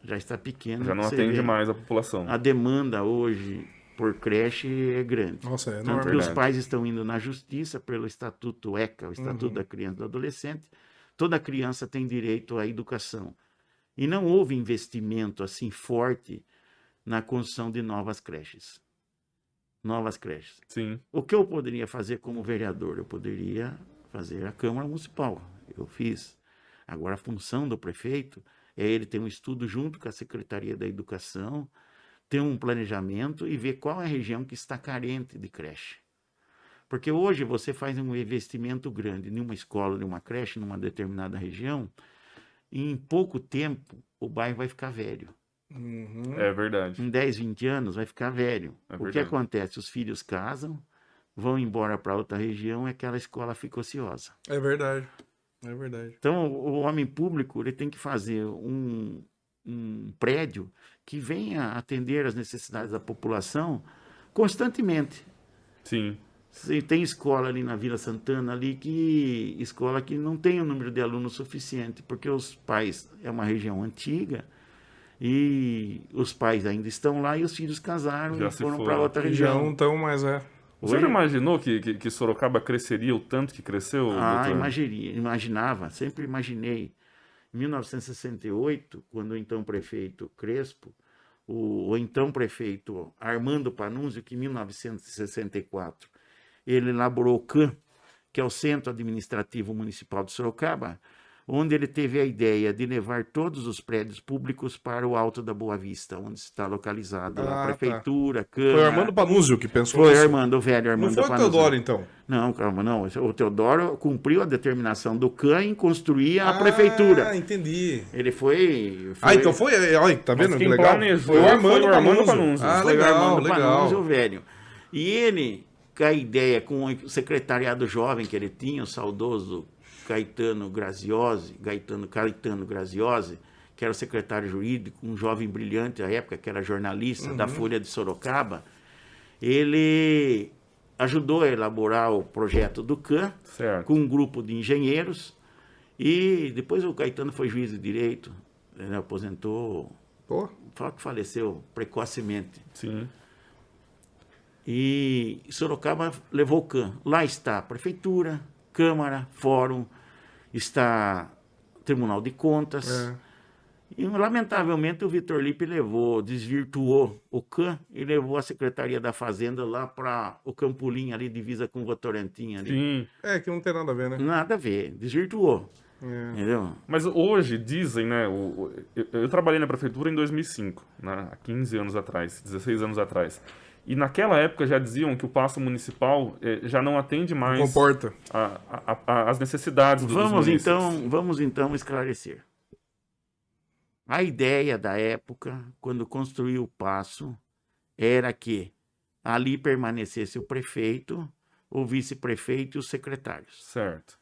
Speaker 3: Já está pequeno.
Speaker 2: já não
Speaker 3: você
Speaker 2: atende
Speaker 3: vê.
Speaker 2: mais a população.
Speaker 3: A demanda hoje por creche é grande.
Speaker 1: Nossa, é
Speaker 3: Tanto
Speaker 1: enorme.
Speaker 3: que os
Speaker 2: Verdade.
Speaker 3: pais estão indo na justiça pelo Estatuto ECA, o Estatuto da Criança e do Adolescente. Toda criança tem direito à educação. E não houve investimento assim forte na construção de novas creches. Novas creches.
Speaker 2: Sim,
Speaker 3: O que eu poderia fazer como vereador? Eu poderia fazer a Câmara Municipal. Eu fiz. Agora, a função do prefeito é ele ter um estudo junto com a Secretaria da Educação, ter um planejamento e ver qual é a região que está carente de creche. Porque hoje você faz um investimento grande em uma escola, em uma creche, numa determinada região, e em pouco tempo o bairro vai ficar velho
Speaker 1: Uhum.
Speaker 2: é verdade.
Speaker 3: em 10, 20 anos vai ficar velho.
Speaker 2: É
Speaker 3: o que
Speaker 2: verdade.
Speaker 3: acontece? Os filhos casam, vão embora para outra região e aquela escola fica ociosa.
Speaker 1: É verdade. É verdade.
Speaker 3: Então, o o homem público ele tem que fazer um, um prédio que venha atender as necessidades da população constantemente.
Speaker 2: Sim,
Speaker 3: Se tem escola ali na Vila Santana ali que escola que não tem o número de alunos suficiente, porque os pais é uma região antiga e os pais ainda estão lá e os filhos casaram
Speaker 2: Já
Speaker 3: e
Speaker 2: se
Speaker 3: foram
Speaker 2: foram.
Speaker 3: para outra
Speaker 1: Já não
Speaker 3: região.
Speaker 1: tão, mas é.
Speaker 2: O senhor
Speaker 3: Hoje-
Speaker 2: imaginou que, que, que Sorocaba cresceria o tanto que cresceu,
Speaker 3: Ah,
Speaker 2: doutor?
Speaker 3: imagiria, imaginava, sempre imaginei. Em 1968, quando o então prefeito Crespo, o, o então prefeito Armando Panunzio, que em 1964 ele elaborou o CAM, que é o Centro Administrativo Municipal de Sorocaba, onde ele teve a ideia de levar todos os prédios públicos para o Alto da Boa Vista, onde está localizado lá
Speaker 1: Ah,
Speaker 3: a
Speaker 1: tá.
Speaker 3: prefeitura,
Speaker 1: Foi
Speaker 3: Câmara.
Speaker 2: né?
Speaker 1: o Armando Panúzio que pensou
Speaker 3: Foi
Speaker 1: isso.
Speaker 3: Armando, o velho
Speaker 1: Não
Speaker 3: Armando
Speaker 1: foi o
Speaker 3: Panunzio.
Speaker 1: Teodoro, então.
Speaker 3: Não, calma, não. O Teodoro cumpriu a determinação do CAN em construir É a prefeitura.
Speaker 1: Ah, entendi.
Speaker 3: Ele foi. foi
Speaker 1: Ah, então foi. é, Olha, tá
Speaker 2: Mas
Speaker 1: vendo que
Speaker 2: quem
Speaker 1: legal?
Speaker 2: planejou
Speaker 1: Foi o Armando,
Speaker 2: foi o Armando
Speaker 1: Panunzio.
Speaker 2: Panunzio.
Speaker 1: Ah,
Speaker 3: foi o
Speaker 1: legal,
Speaker 3: Armando Panunzio, o
Speaker 1: legal.
Speaker 3: velho. E ele, com a ideia, com o secretariado jovem que ele tinha, o saudoso Caetano Graziosi, Gaetano, Caetano Graziosi, que era o secretário jurídico, um jovem brilhante à época, que era jornalista
Speaker 1: Uhum.
Speaker 3: da Folha de Sorocaba, ele ajudou a elaborar o projeto do CAN
Speaker 2: Certo.
Speaker 3: com um grupo de engenheiros e depois o Caetano foi juiz de direito, ele aposentou,
Speaker 1: Pô,
Speaker 3: fala que faleceu precocemente.
Speaker 2: Sim.
Speaker 3: E Sorocaba levou o CAN. Lá está a prefeitura, Câmara, Fórum, está Tribunal de Contas.
Speaker 1: é.
Speaker 3: E, lamentavelmente, o Vitor Lipe levou, desvirtuou o CAN e levou a Secretaria da Fazenda lá para o Campolim, ali, divisa com Votorantim. Ali.
Speaker 2: Sim.
Speaker 1: É, que não tem nada a ver, né?
Speaker 3: Nada a ver, desvirtuou.
Speaker 1: É.
Speaker 3: Entendeu?
Speaker 2: Mas hoje dizem, né? o- o- eu, eu trabalhei na prefeitura em 2005, né, há 15 anos atrás, 16 anos atrás. E naquela época já diziam que o passo municipal eh, já não atende mais
Speaker 1: Comporta.
Speaker 2: a- a- a- as necessidades do, dos
Speaker 3: Vamos
Speaker 2: munícipes.
Speaker 3: então, vamos então esclarecer. A ideia da época, quando construiu o passo, era que ali permanecesse o prefeito, o vice-prefeito e os secretários.
Speaker 2: Certo.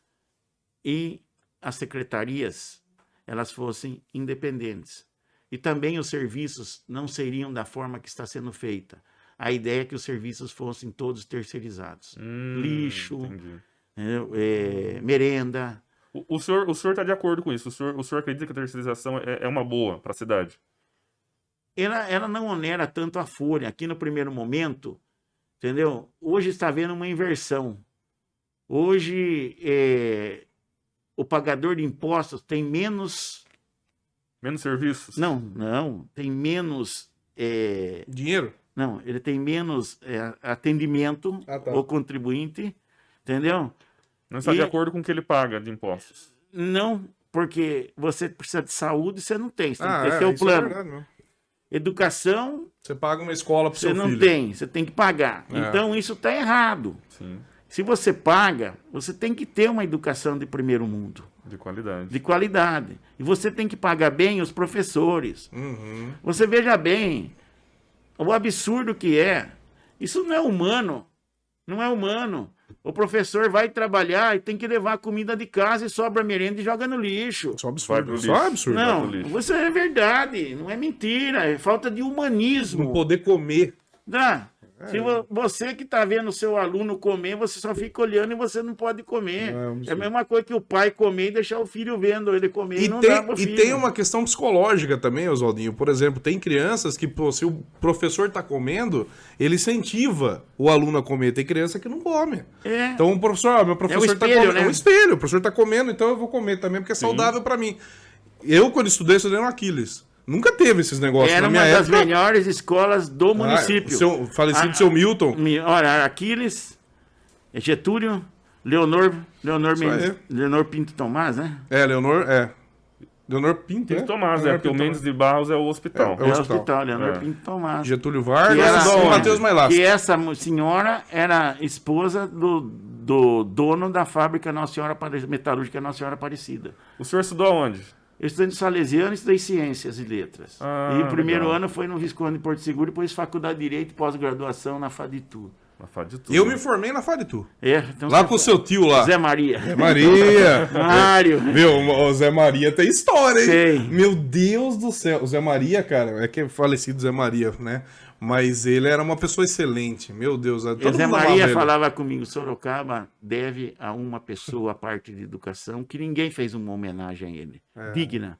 Speaker 3: E as secretarias, elas fossem independentes. E também os serviços não seriam da forma que está sendo feita. A ideia é que os serviços fossem todos terceirizados.
Speaker 2: Hum,
Speaker 3: Lixo.
Speaker 2: entendi.
Speaker 3: entendeu? Eh, merenda,
Speaker 2: O, o senhor o senhor está de acordo com isso? O senhor, o senhor acredita que a terceirização é, é uma boa para a cidade?
Speaker 3: ela, ela não onera tanto a folha aqui no primeiro momento, entendeu? Hoje está havendo uma inversão. Hoje é, o pagador de impostos tem menos.
Speaker 2: Menos serviços?
Speaker 3: Não, não, tem menos é,
Speaker 1: Dinheiro?
Speaker 3: Não, ele tem menos é, atendimento,
Speaker 1: Ah, tá.
Speaker 3: o contribuinte, entendeu?
Speaker 2: Não está de
Speaker 3: E-
Speaker 2: acordo com o que ele paga de impostos.
Speaker 3: Não, porque você precisa de saúde, você não tem, você
Speaker 1: Ah,
Speaker 3: tem que
Speaker 1: é,
Speaker 3: ter o
Speaker 1: isso é
Speaker 3: plano.
Speaker 1: verdade mesmo.
Speaker 3: Educação,
Speaker 1: Você paga uma escola pro
Speaker 3: você
Speaker 1: seu
Speaker 3: não
Speaker 1: filho.
Speaker 3: tem, você tem que pagar.
Speaker 1: É.
Speaker 3: Então isso está errado.
Speaker 2: Sim,
Speaker 3: Se você paga, você tem que ter uma educação de primeiro mundo,
Speaker 2: de qualidade.
Speaker 3: de qualidade. E você tem que pagar bem os professores.
Speaker 1: Uhum.
Speaker 3: Você veja bem o absurdo que é. Isso não é humano. Não é humano. O professor vai trabalhar e tem que levar a comida de casa e sobra merenda e joga no lixo.
Speaker 1: Isso é um
Speaker 2: Vai pro
Speaker 1: absurdo. Isso é
Speaker 2: lixo.
Speaker 1: um absurdo.
Speaker 2: vai
Speaker 3: Não,
Speaker 2: pro lixo.
Speaker 3: isso é verdade, não é mentira, é falta de
Speaker 1: Não
Speaker 3: humanismo.
Speaker 1: poder comer.
Speaker 3: Tá?
Speaker 1: É
Speaker 3: Se vo- você que está vendo o seu aluno comer, você só fica olhando e você não pode comer.
Speaker 1: Não, é um
Speaker 3: é a
Speaker 1: absurdo.
Speaker 3: mesma coisa que o pai comer e deixar o filho vendo ele comer.
Speaker 1: E
Speaker 3: não dá pro
Speaker 1: tem,
Speaker 3: filho.
Speaker 1: e tem uma questão psicológica também, Oswaldinho. Por exemplo, tem crianças que, pô, se o professor tá comendo, ele incentiva o aluno a comer. Tem criança que não come.
Speaker 3: É.
Speaker 1: Então o professor, ó, meu professor tá
Speaker 3: espelho,
Speaker 1: comendo.
Speaker 3: né?
Speaker 1: É um espelho, o professor tá comendo, então eu vou comer também, porque é saudável pra mim. Eu, quando estudei, estudei no Aquiles. Nunca teve esses negócios.
Speaker 3: Era
Speaker 1: Na
Speaker 3: uma
Speaker 1: minha
Speaker 3: das
Speaker 1: época.
Speaker 3: melhores escolas do
Speaker 1: Ah,
Speaker 3: município.
Speaker 1: o seu- o falecido
Speaker 3: Ah,
Speaker 1: seu Milton.
Speaker 3: Mi- Olha, Aquiles, Getúlio, Leonor, Leonor,
Speaker 1: Isso
Speaker 3: Mendes-
Speaker 1: aí.
Speaker 3: Leonor Pinto Tomás, né?
Speaker 1: É, Leonor. É. Leonor Pinto.
Speaker 2: Tem
Speaker 1: né?
Speaker 2: que tomar, né?
Speaker 1: Leonor
Speaker 2: Porque o
Speaker 1: Pinto.
Speaker 2: Mendes de Barros é o hospital.
Speaker 1: É o
Speaker 3: É o
Speaker 1: hospital.
Speaker 3: hospital, Leonor
Speaker 2: É.
Speaker 3: Pinto Tomás.
Speaker 1: Getúlio
Speaker 3: Que
Speaker 1: Vargas
Speaker 2: essa-
Speaker 1: e
Speaker 2: onde?
Speaker 1: Matheus Mailasco.
Speaker 3: que essa mu- senhora era esposa do, do dono da fábrica Nossa Senhora Apare- Metalúrgica Nossa Senhora Aparecida.
Speaker 2: O senhor estudou aonde?
Speaker 3: Eu estudei no Salesiano, estudei Ciências e Letras.
Speaker 2: Ah,
Speaker 3: e o primeiro
Speaker 2: legal.
Speaker 3: ano foi no Visconde de Porto Seguro, depois Faculdade de Direito e pós-graduação na FADITU.
Speaker 2: Na Fá de tudo.
Speaker 1: Eu me formei na Faritu.
Speaker 3: É, então
Speaker 1: Lá
Speaker 3: você
Speaker 1: com o
Speaker 3: foi-
Speaker 1: seu tio lá.
Speaker 3: Zé Maria.
Speaker 1: Maria.
Speaker 3: Mário.
Speaker 1: Viu, o Zé Maria tem história, hein?
Speaker 3: Tem.
Speaker 1: Meu Deus do céu. O Zé Maria, cara, é que é falecido Zé Maria, né? Mas ele era uma pessoa excelente. Meu Deus. é- Todo
Speaker 3: Zé
Speaker 1: mundo amava
Speaker 3: Maria
Speaker 1: ele.
Speaker 3: falava comigo, Sorocaba deve a uma pessoa a parte de educação que ninguém fez uma homenagem a ele,
Speaker 1: É.
Speaker 3: digna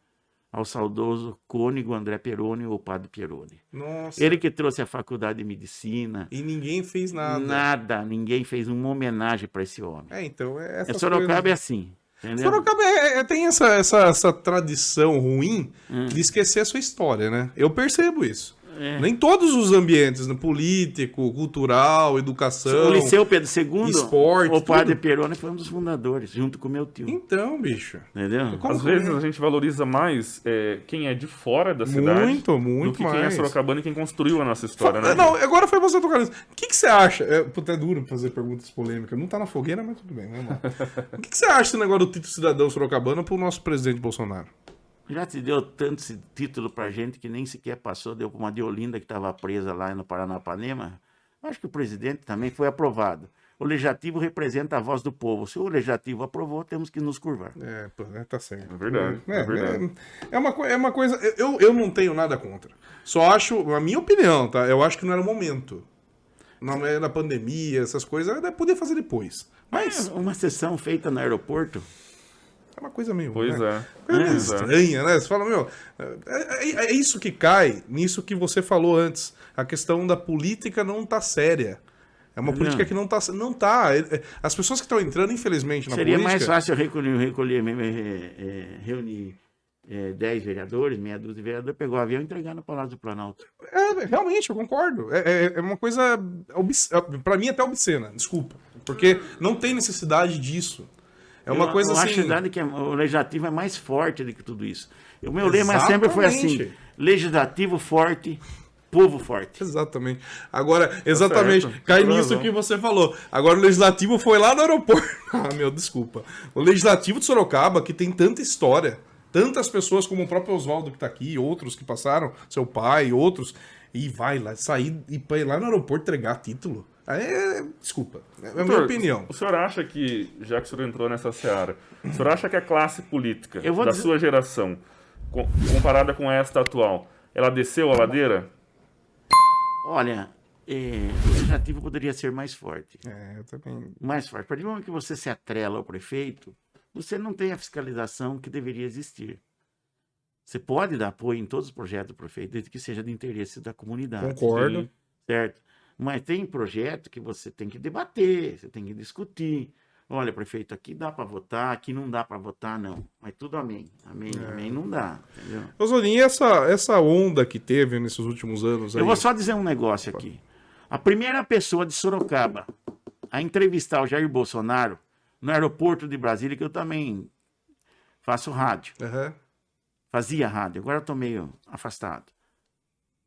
Speaker 3: ao saudoso cônego André Peroni ou Padre Peroni.
Speaker 1: Nossa.
Speaker 3: Ele que trouxe a faculdade de medicina,
Speaker 1: E ninguém fez nada.
Speaker 3: nada, ninguém fez uma homenagem para esse homem.
Speaker 1: É, então, é
Speaker 3: É,
Speaker 1: essas
Speaker 3: Sorocaba
Speaker 1: coisas.
Speaker 3: é assim, entendeu?
Speaker 1: Sorocaba é- é- tem essa, essa, essa tradição ruim de esquecer a sua história, né? Eu percebo isso.
Speaker 3: Hum. É.
Speaker 1: Nem todos os ambientes, né? político, cultural, educação.
Speaker 3: O Liceu Pedro II,
Speaker 1: Esporte,
Speaker 3: o Padre
Speaker 1: tudo.
Speaker 3: Peroni foi um dos fundadores, junto com meu tio,
Speaker 1: Então, bicho.
Speaker 3: entendeu?
Speaker 1: Como
Speaker 2: Às
Speaker 1: que-
Speaker 2: vezes a gente valoriza mais é, quem é de fora da cidade
Speaker 1: Muito,
Speaker 2: do
Speaker 1: muito
Speaker 2: que quem é
Speaker 1: mais.
Speaker 2: sorocabano e quem construiu a nossa
Speaker 1: Fa-
Speaker 2: história, né?
Speaker 1: Não, agora foi você tocar nisso. O que, que você acha? É, puta, é duro fazer perguntas polêmicas. Não tá na fogueira, mas tudo bem, né, mano? o que, que você acha desse negócio do título cidadão sorocabano pro nosso presidente Bolsonaro?
Speaker 3: Já te deu tanto esse título pra gente que nem sequer passou, deu pra uma de Olinda que estava presa lá no Paranapanema. Acho que o presidente também foi aprovado. O legislativo representa a voz do povo. Se o legislativo aprovou, temos que nos curvar.
Speaker 1: É, pô, né, tá certo.
Speaker 2: É verdade, é verdade.
Speaker 1: É, é uma, co- é uma coisa. Eu, eu não tenho nada contra. Só acho, a minha opinião, tá? Eu acho que não era o momento. Na, na pandemia, essas coisas, eu podia fazer depois. Mas
Speaker 3: Mas uma sessão feita no aeroporto,
Speaker 1: é uma coisa meio.
Speaker 2: Pois
Speaker 1: né?
Speaker 2: é.
Speaker 1: Coisa meio
Speaker 2: Pois é.
Speaker 1: estranha, né? Você fala, meu, é, é- é isso que cai nisso que você falou antes. A questão da política não tá séria. É uma política que não tá. sé- Não tá. É- é- As pessoas que estão entrando, infelizmente, na
Speaker 3: seria mais
Speaker 1: política.
Speaker 3: fácil eu recolher, recolher mesmo, é, é, reunir é, 10 vereadores, meia dúzia de vereadores, pegar o avião e entregar no Palácio do Planalto.
Speaker 1: É, realmente, eu concordo. É, é- é uma coisa. obs- é, Pra mim, até obscena, desculpa. Porque não tem necessidade disso. É uma
Speaker 3: eu,
Speaker 1: coisa
Speaker 3: eu
Speaker 1: assim.
Speaker 3: acho verdade que o legislativo é mais forte do que tudo isso. O meu lema sempre foi assim:
Speaker 1: Exatamente.
Speaker 3: legislativo forte, povo forte.
Speaker 1: Exatamente. Agora, exatamente,
Speaker 2: Tá certo.
Speaker 1: cai
Speaker 2: Tem
Speaker 1: nisso
Speaker 2: razão.
Speaker 1: que você falou. Agora o legislativo foi lá no aeroporto. ah, meu, desculpa. O legislativo de Sorocaba, que tem tanta história, tantas pessoas como o próprio Oswaldo que tá aqui, outros que passaram, seu pai, outros, e vai lá, sair e pra ir lá no aeroporto entregar título. É, desculpa. É a minha
Speaker 2: Doutor,
Speaker 1: opinião.
Speaker 2: O senhor acha que, já que o senhor entrou nessa seara, o senhor acha que a classe política
Speaker 3: Eu vou
Speaker 2: da
Speaker 3: dizer-
Speaker 2: sua geração, co- comparada com esta atual, ela desceu a ladeira?
Speaker 3: Olha, eh, o legislativo poderia ser mais forte.
Speaker 1: É, eu também.
Speaker 3: Mais forte. A partir do momento que você se atrela ao prefeito, você não tem a fiscalização que deveria existir. Você pode dar apoio em todos os projetos do prefeito, desde que seja de interesse da
Speaker 2: Tá,
Speaker 3: comunidade.
Speaker 1: Concordo.
Speaker 2: Sim.
Speaker 3: certo? Mas tem projeto que você tem que debater, você tem que discutir. Olha, prefeito, aqui dá para votar, aqui não dá para votar, não. Mas tudo amém. Amém, amém, não dá. Entendeu?
Speaker 1: Oswaldinho, e essa, essa onda que teve nesses últimos anos aí?
Speaker 3: Eu vou só dizer um negócio aqui. A primeira pessoa de Sorocaba a entrevistar o Jair Bolsonaro no aeroporto de Brasília, que eu também faço rádio,
Speaker 1: Aham.
Speaker 3: fazia rádio, agora eu tô meio afastado.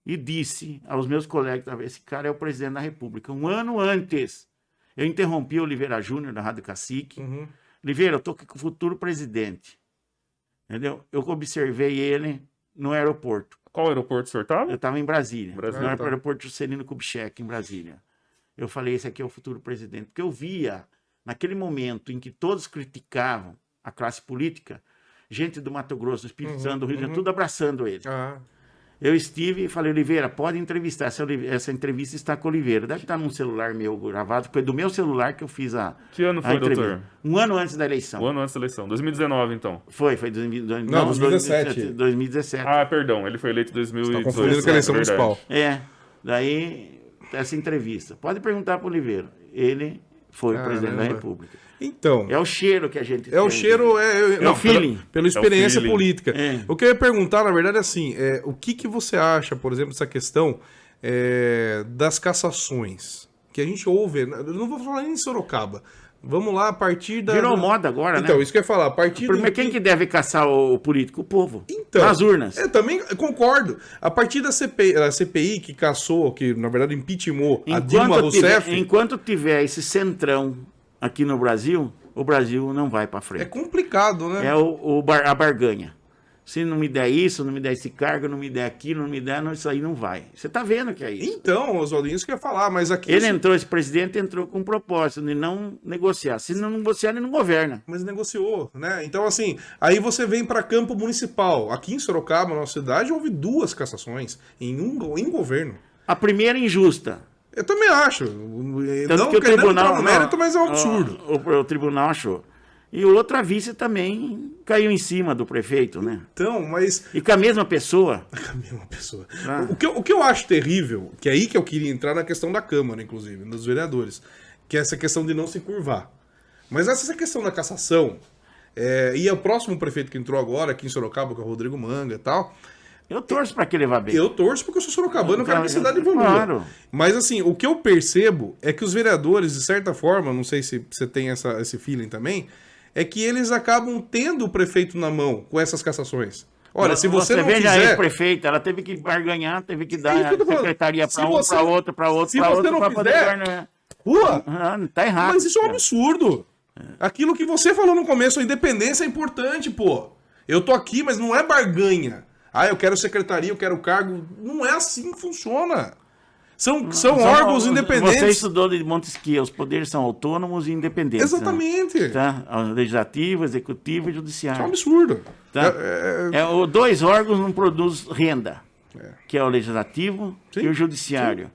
Speaker 3: E disse aos meus colegas, esse cara é o presidente da República. Um ano antes, eu interrompi o Oliveira Júnior da Rádio Cacique.
Speaker 1: Uhum.
Speaker 3: Oliveira, eu tô aqui com o futuro presidente. Entendeu? Eu observei ele no aeroporto.
Speaker 2: Qual aeroporto o senhor tava?
Speaker 3: Eu estava em Brasília.
Speaker 2: Brasília.
Speaker 3: Eu era
Speaker 1: Ah, tá.
Speaker 3: para o aeroporto Juscelino Kubitschek, em Brasília. Eu falei, esse aqui é o futuro presidente. Porque eu via, naquele momento em que todos criticavam a classe política, gente do Mato Grosso, do Espírito
Speaker 1: Uhum,
Speaker 3: Santo, do Rio de Janeiro,
Speaker 1: uhum.
Speaker 3: tudo abraçando ele.
Speaker 1: Ah,
Speaker 3: Eu estive e falei, Oliveira, pode entrevistar. Essa, Olive- essa entrevista está com o Oliveira. Deve estar num celular meu gravado. Foi do meu celular que eu fiz a,
Speaker 2: Que ano
Speaker 3: a
Speaker 2: foi, doutor?
Speaker 3: Ah, entrevista. Um ano antes da eleição.
Speaker 2: O ano antes da eleição. 2019, então.
Speaker 3: Foi, foi 2017.
Speaker 1: Não, 2017.
Speaker 3: 2017.
Speaker 2: Ah, perdão, ele foi eleito em
Speaker 1: tá
Speaker 2: 2018.
Speaker 1: confundindo com a eleição
Speaker 2: verdade.
Speaker 1: municipal.
Speaker 3: É, daí essa entrevista. Pode perguntar para Oliveira. Ele foi
Speaker 1: Caramba.
Speaker 3: o presidente da República.
Speaker 1: Então,
Speaker 3: É o cheiro que a gente
Speaker 1: é o
Speaker 3: tem.
Speaker 1: cheiro... É, eu-
Speaker 3: É
Speaker 1: não,
Speaker 3: o feeling.
Speaker 1: Pela, pela experiência
Speaker 2: feeling.
Speaker 1: política.
Speaker 3: É.
Speaker 1: O que eu ia perguntar, na verdade, é assim, é, o que, que você acha, por exemplo, dessa questão é, das cassações? Que a gente ouve, né, eu não vou falar nem em Sorocaba. Vamos lá, a partir da...
Speaker 3: Virou
Speaker 1: do-
Speaker 3: moda agora,
Speaker 1: Então,
Speaker 3: né?
Speaker 1: isso que eu ia falar, a partir
Speaker 3: Primeiro,
Speaker 1: do-
Speaker 3: quem que deve caçar o político? O povo.
Speaker 1: Então,
Speaker 3: Nas urnas.
Speaker 1: Eu também concordo. A partir da CPI, da CPI que caçou, que na verdade impeachmentou a Dilma
Speaker 3: Enquanto tiver,
Speaker 1: Rousseff,
Speaker 3: enquanto tiver esse centrão aqui no Brasil, o Brasil não vai para
Speaker 1: é
Speaker 3: frente.
Speaker 1: complicado, né?
Speaker 3: É, o, o bar- a barganha. Se não me der isso, não me der esse cargo, não me der aquilo, não me der, não, isso aí não vai. Você tá vendo que é isso.
Speaker 1: Então, Oswaldinho, isso que eu ia falar, mas aqui.
Speaker 3: Ele entrou, esse presidente entrou com um propósito de não negociar. Se não negociar, ele não governa.
Speaker 1: Mas negociou, né? Então, assim, aí você vem para campo municipal. Aqui em Sorocaba, nossa cidade, houve duas cassações em um go- em governo.
Speaker 3: A primeira é injusta.
Speaker 1: Eu também acho.
Speaker 3: Tanto
Speaker 1: não
Speaker 3: que o
Speaker 1: querendo
Speaker 3: tribunal.
Speaker 1: entrar
Speaker 3: Ah.
Speaker 1: no mérito, mas é um
Speaker 3: o-
Speaker 1: absurdo.
Speaker 3: O, o tribunal achou. E outra vice também caiu em cima do prefeito, né?
Speaker 1: Então, mas
Speaker 3: E com a mesma pessoa.
Speaker 1: a mesma pessoa.
Speaker 3: Ah.
Speaker 1: O, que eu, o que eu acho terrível, que é aí que eu queria entrar na questão da Câmara, inclusive, dos vereadores, que é essa questão de não se curvar. Mas essa questão da cassação, é, e é o próximo prefeito que entrou agora, aqui em Sorocaba, que é o Rodrigo Manga e tal,
Speaker 3: Eu torço para que ele vá bem.
Speaker 1: eu torço porque eu sou sorocabano, eu quero que a cidade evolua.
Speaker 3: Claro.
Speaker 1: Mas assim, o que eu percebo é que os vereadores, de certa forma, não sei se você tem essa, esse feeling também, é que eles acabam tendo o prefeito na mão com essas cassações. Olha, se você, não
Speaker 3: veja
Speaker 1: quiser...
Speaker 3: a prefeita, ela teve que barganhar, teve que
Speaker 1: É isso
Speaker 3: dar
Speaker 1: que eu tô falando.
Speaker 3: secretaria
Speaker 1: Se
Speaker 3: para um,
Speaker 1: você-
Speaker 3: para outro, para outro,
Speaker 1: se
Speaker 3: para
Speaker 1: você
Speaker 3: outro,
Speaker 1: não
Speaker 3: para poder
Speaker 1: fizer-
Speaker 3: governar.
Speaker 1: Rua!
Speaker 3: Ah, não, tá errado.
Speaker 1: Mas isso é um
Speaker 3: cara.
Speaker 1: absurdo.
Speaker 3: É.
Speaker 1: Aquilo que você falou no começo, a independência é importante, pô. Eu tô aqui, mas não é barganha. Ah, eu quero secretaria, eu quero cargo. Não é assim que funciona. São, são
Speaker 3: Só
Speaker 1: órgãos
Speaker 3: é uma- Você né?
Speaker 1: independentes.
Speaker 3: estudou de Montesquieu, os poderes são autônomos e independentes. né?
Speaker 1: Exatamente.
Speaker 3: Tá? O Legislativo, executivo
Speaker 1: É
Speaker 3: e
Speaker 1: um
Speaker 3: judiciário.
Speaker 1: absurdo.
Speaker 3: Tá?
Speaker 1: É- é-
Speaker 3: É, o, dois órgãos não produzem renda,
Speaker 1: É.
Speaker 3: que é o legislativo
Speaker 1: Sim,
Speaker 3: e o judiciário.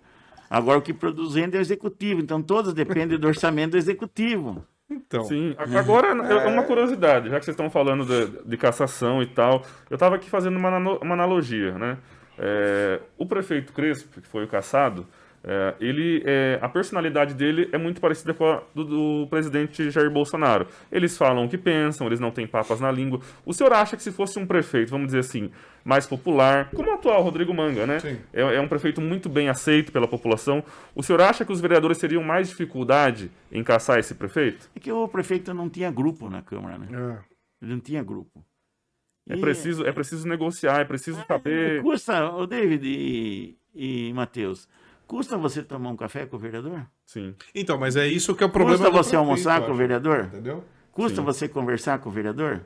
Speaker 3: Agora, o que produz renda é o executivo, então todos dependem do orçamento do executivo.
Speaker 1: Então.
Speaker 2: Sim, a- agora é uma curiosidade, já que vocês estão falando de, de cassação e tal, eu estava aqui fazendo uma, nano- uma analogia, né? É, o prefeito Crespo, que foi o cassado, é, ele, é, a personalidade dele é muito parecida com a do, do presidente Jair Bolsonaro. Eles falam o que pensam, eles não têm papas na língua. O senhor acha que se fosse um prefeito, vamos dizer assim, mais popular, como o atual Rodrigo Manga, né?
Speaker 1: Sim.
Speaker 2: É, é um prefeito muito bem aceito pela população. O senhor acha que os vereadores teriam mais dificuldade em caçar esse prefeito?
Speaker 3: É que o prefeito não tinha grupo na Câmara, né?
Speaker 1: É.
Speaker 3: Ele não tinha grupo.
Speaker 2: É
Speaker 3: E-
Speaker 2: preciso, é preciso negociar, é preciso
Speaker 3: É,
Speaker 2: saber.
Speaker 3: Custa, o David e, e Matheus, custa você tomar um café com o vereador?
Speaker 2: Sim.
Speaker 1: Então, mas é isso que é o problema.
Speaker 3: custa
Speaker 1: do
Speaker 3: você
Speaker 1: prefeito,
Speaker 3: almoçar
Speaker 1: eu
Speaker 3: com o
Speaker 1: acho.
Speaker 3: vereador?
Speaker 1: Entendeu?
Speaker 3: Custa
Speaker 2: Sim.
Speaker 3: você conversar com o vereador?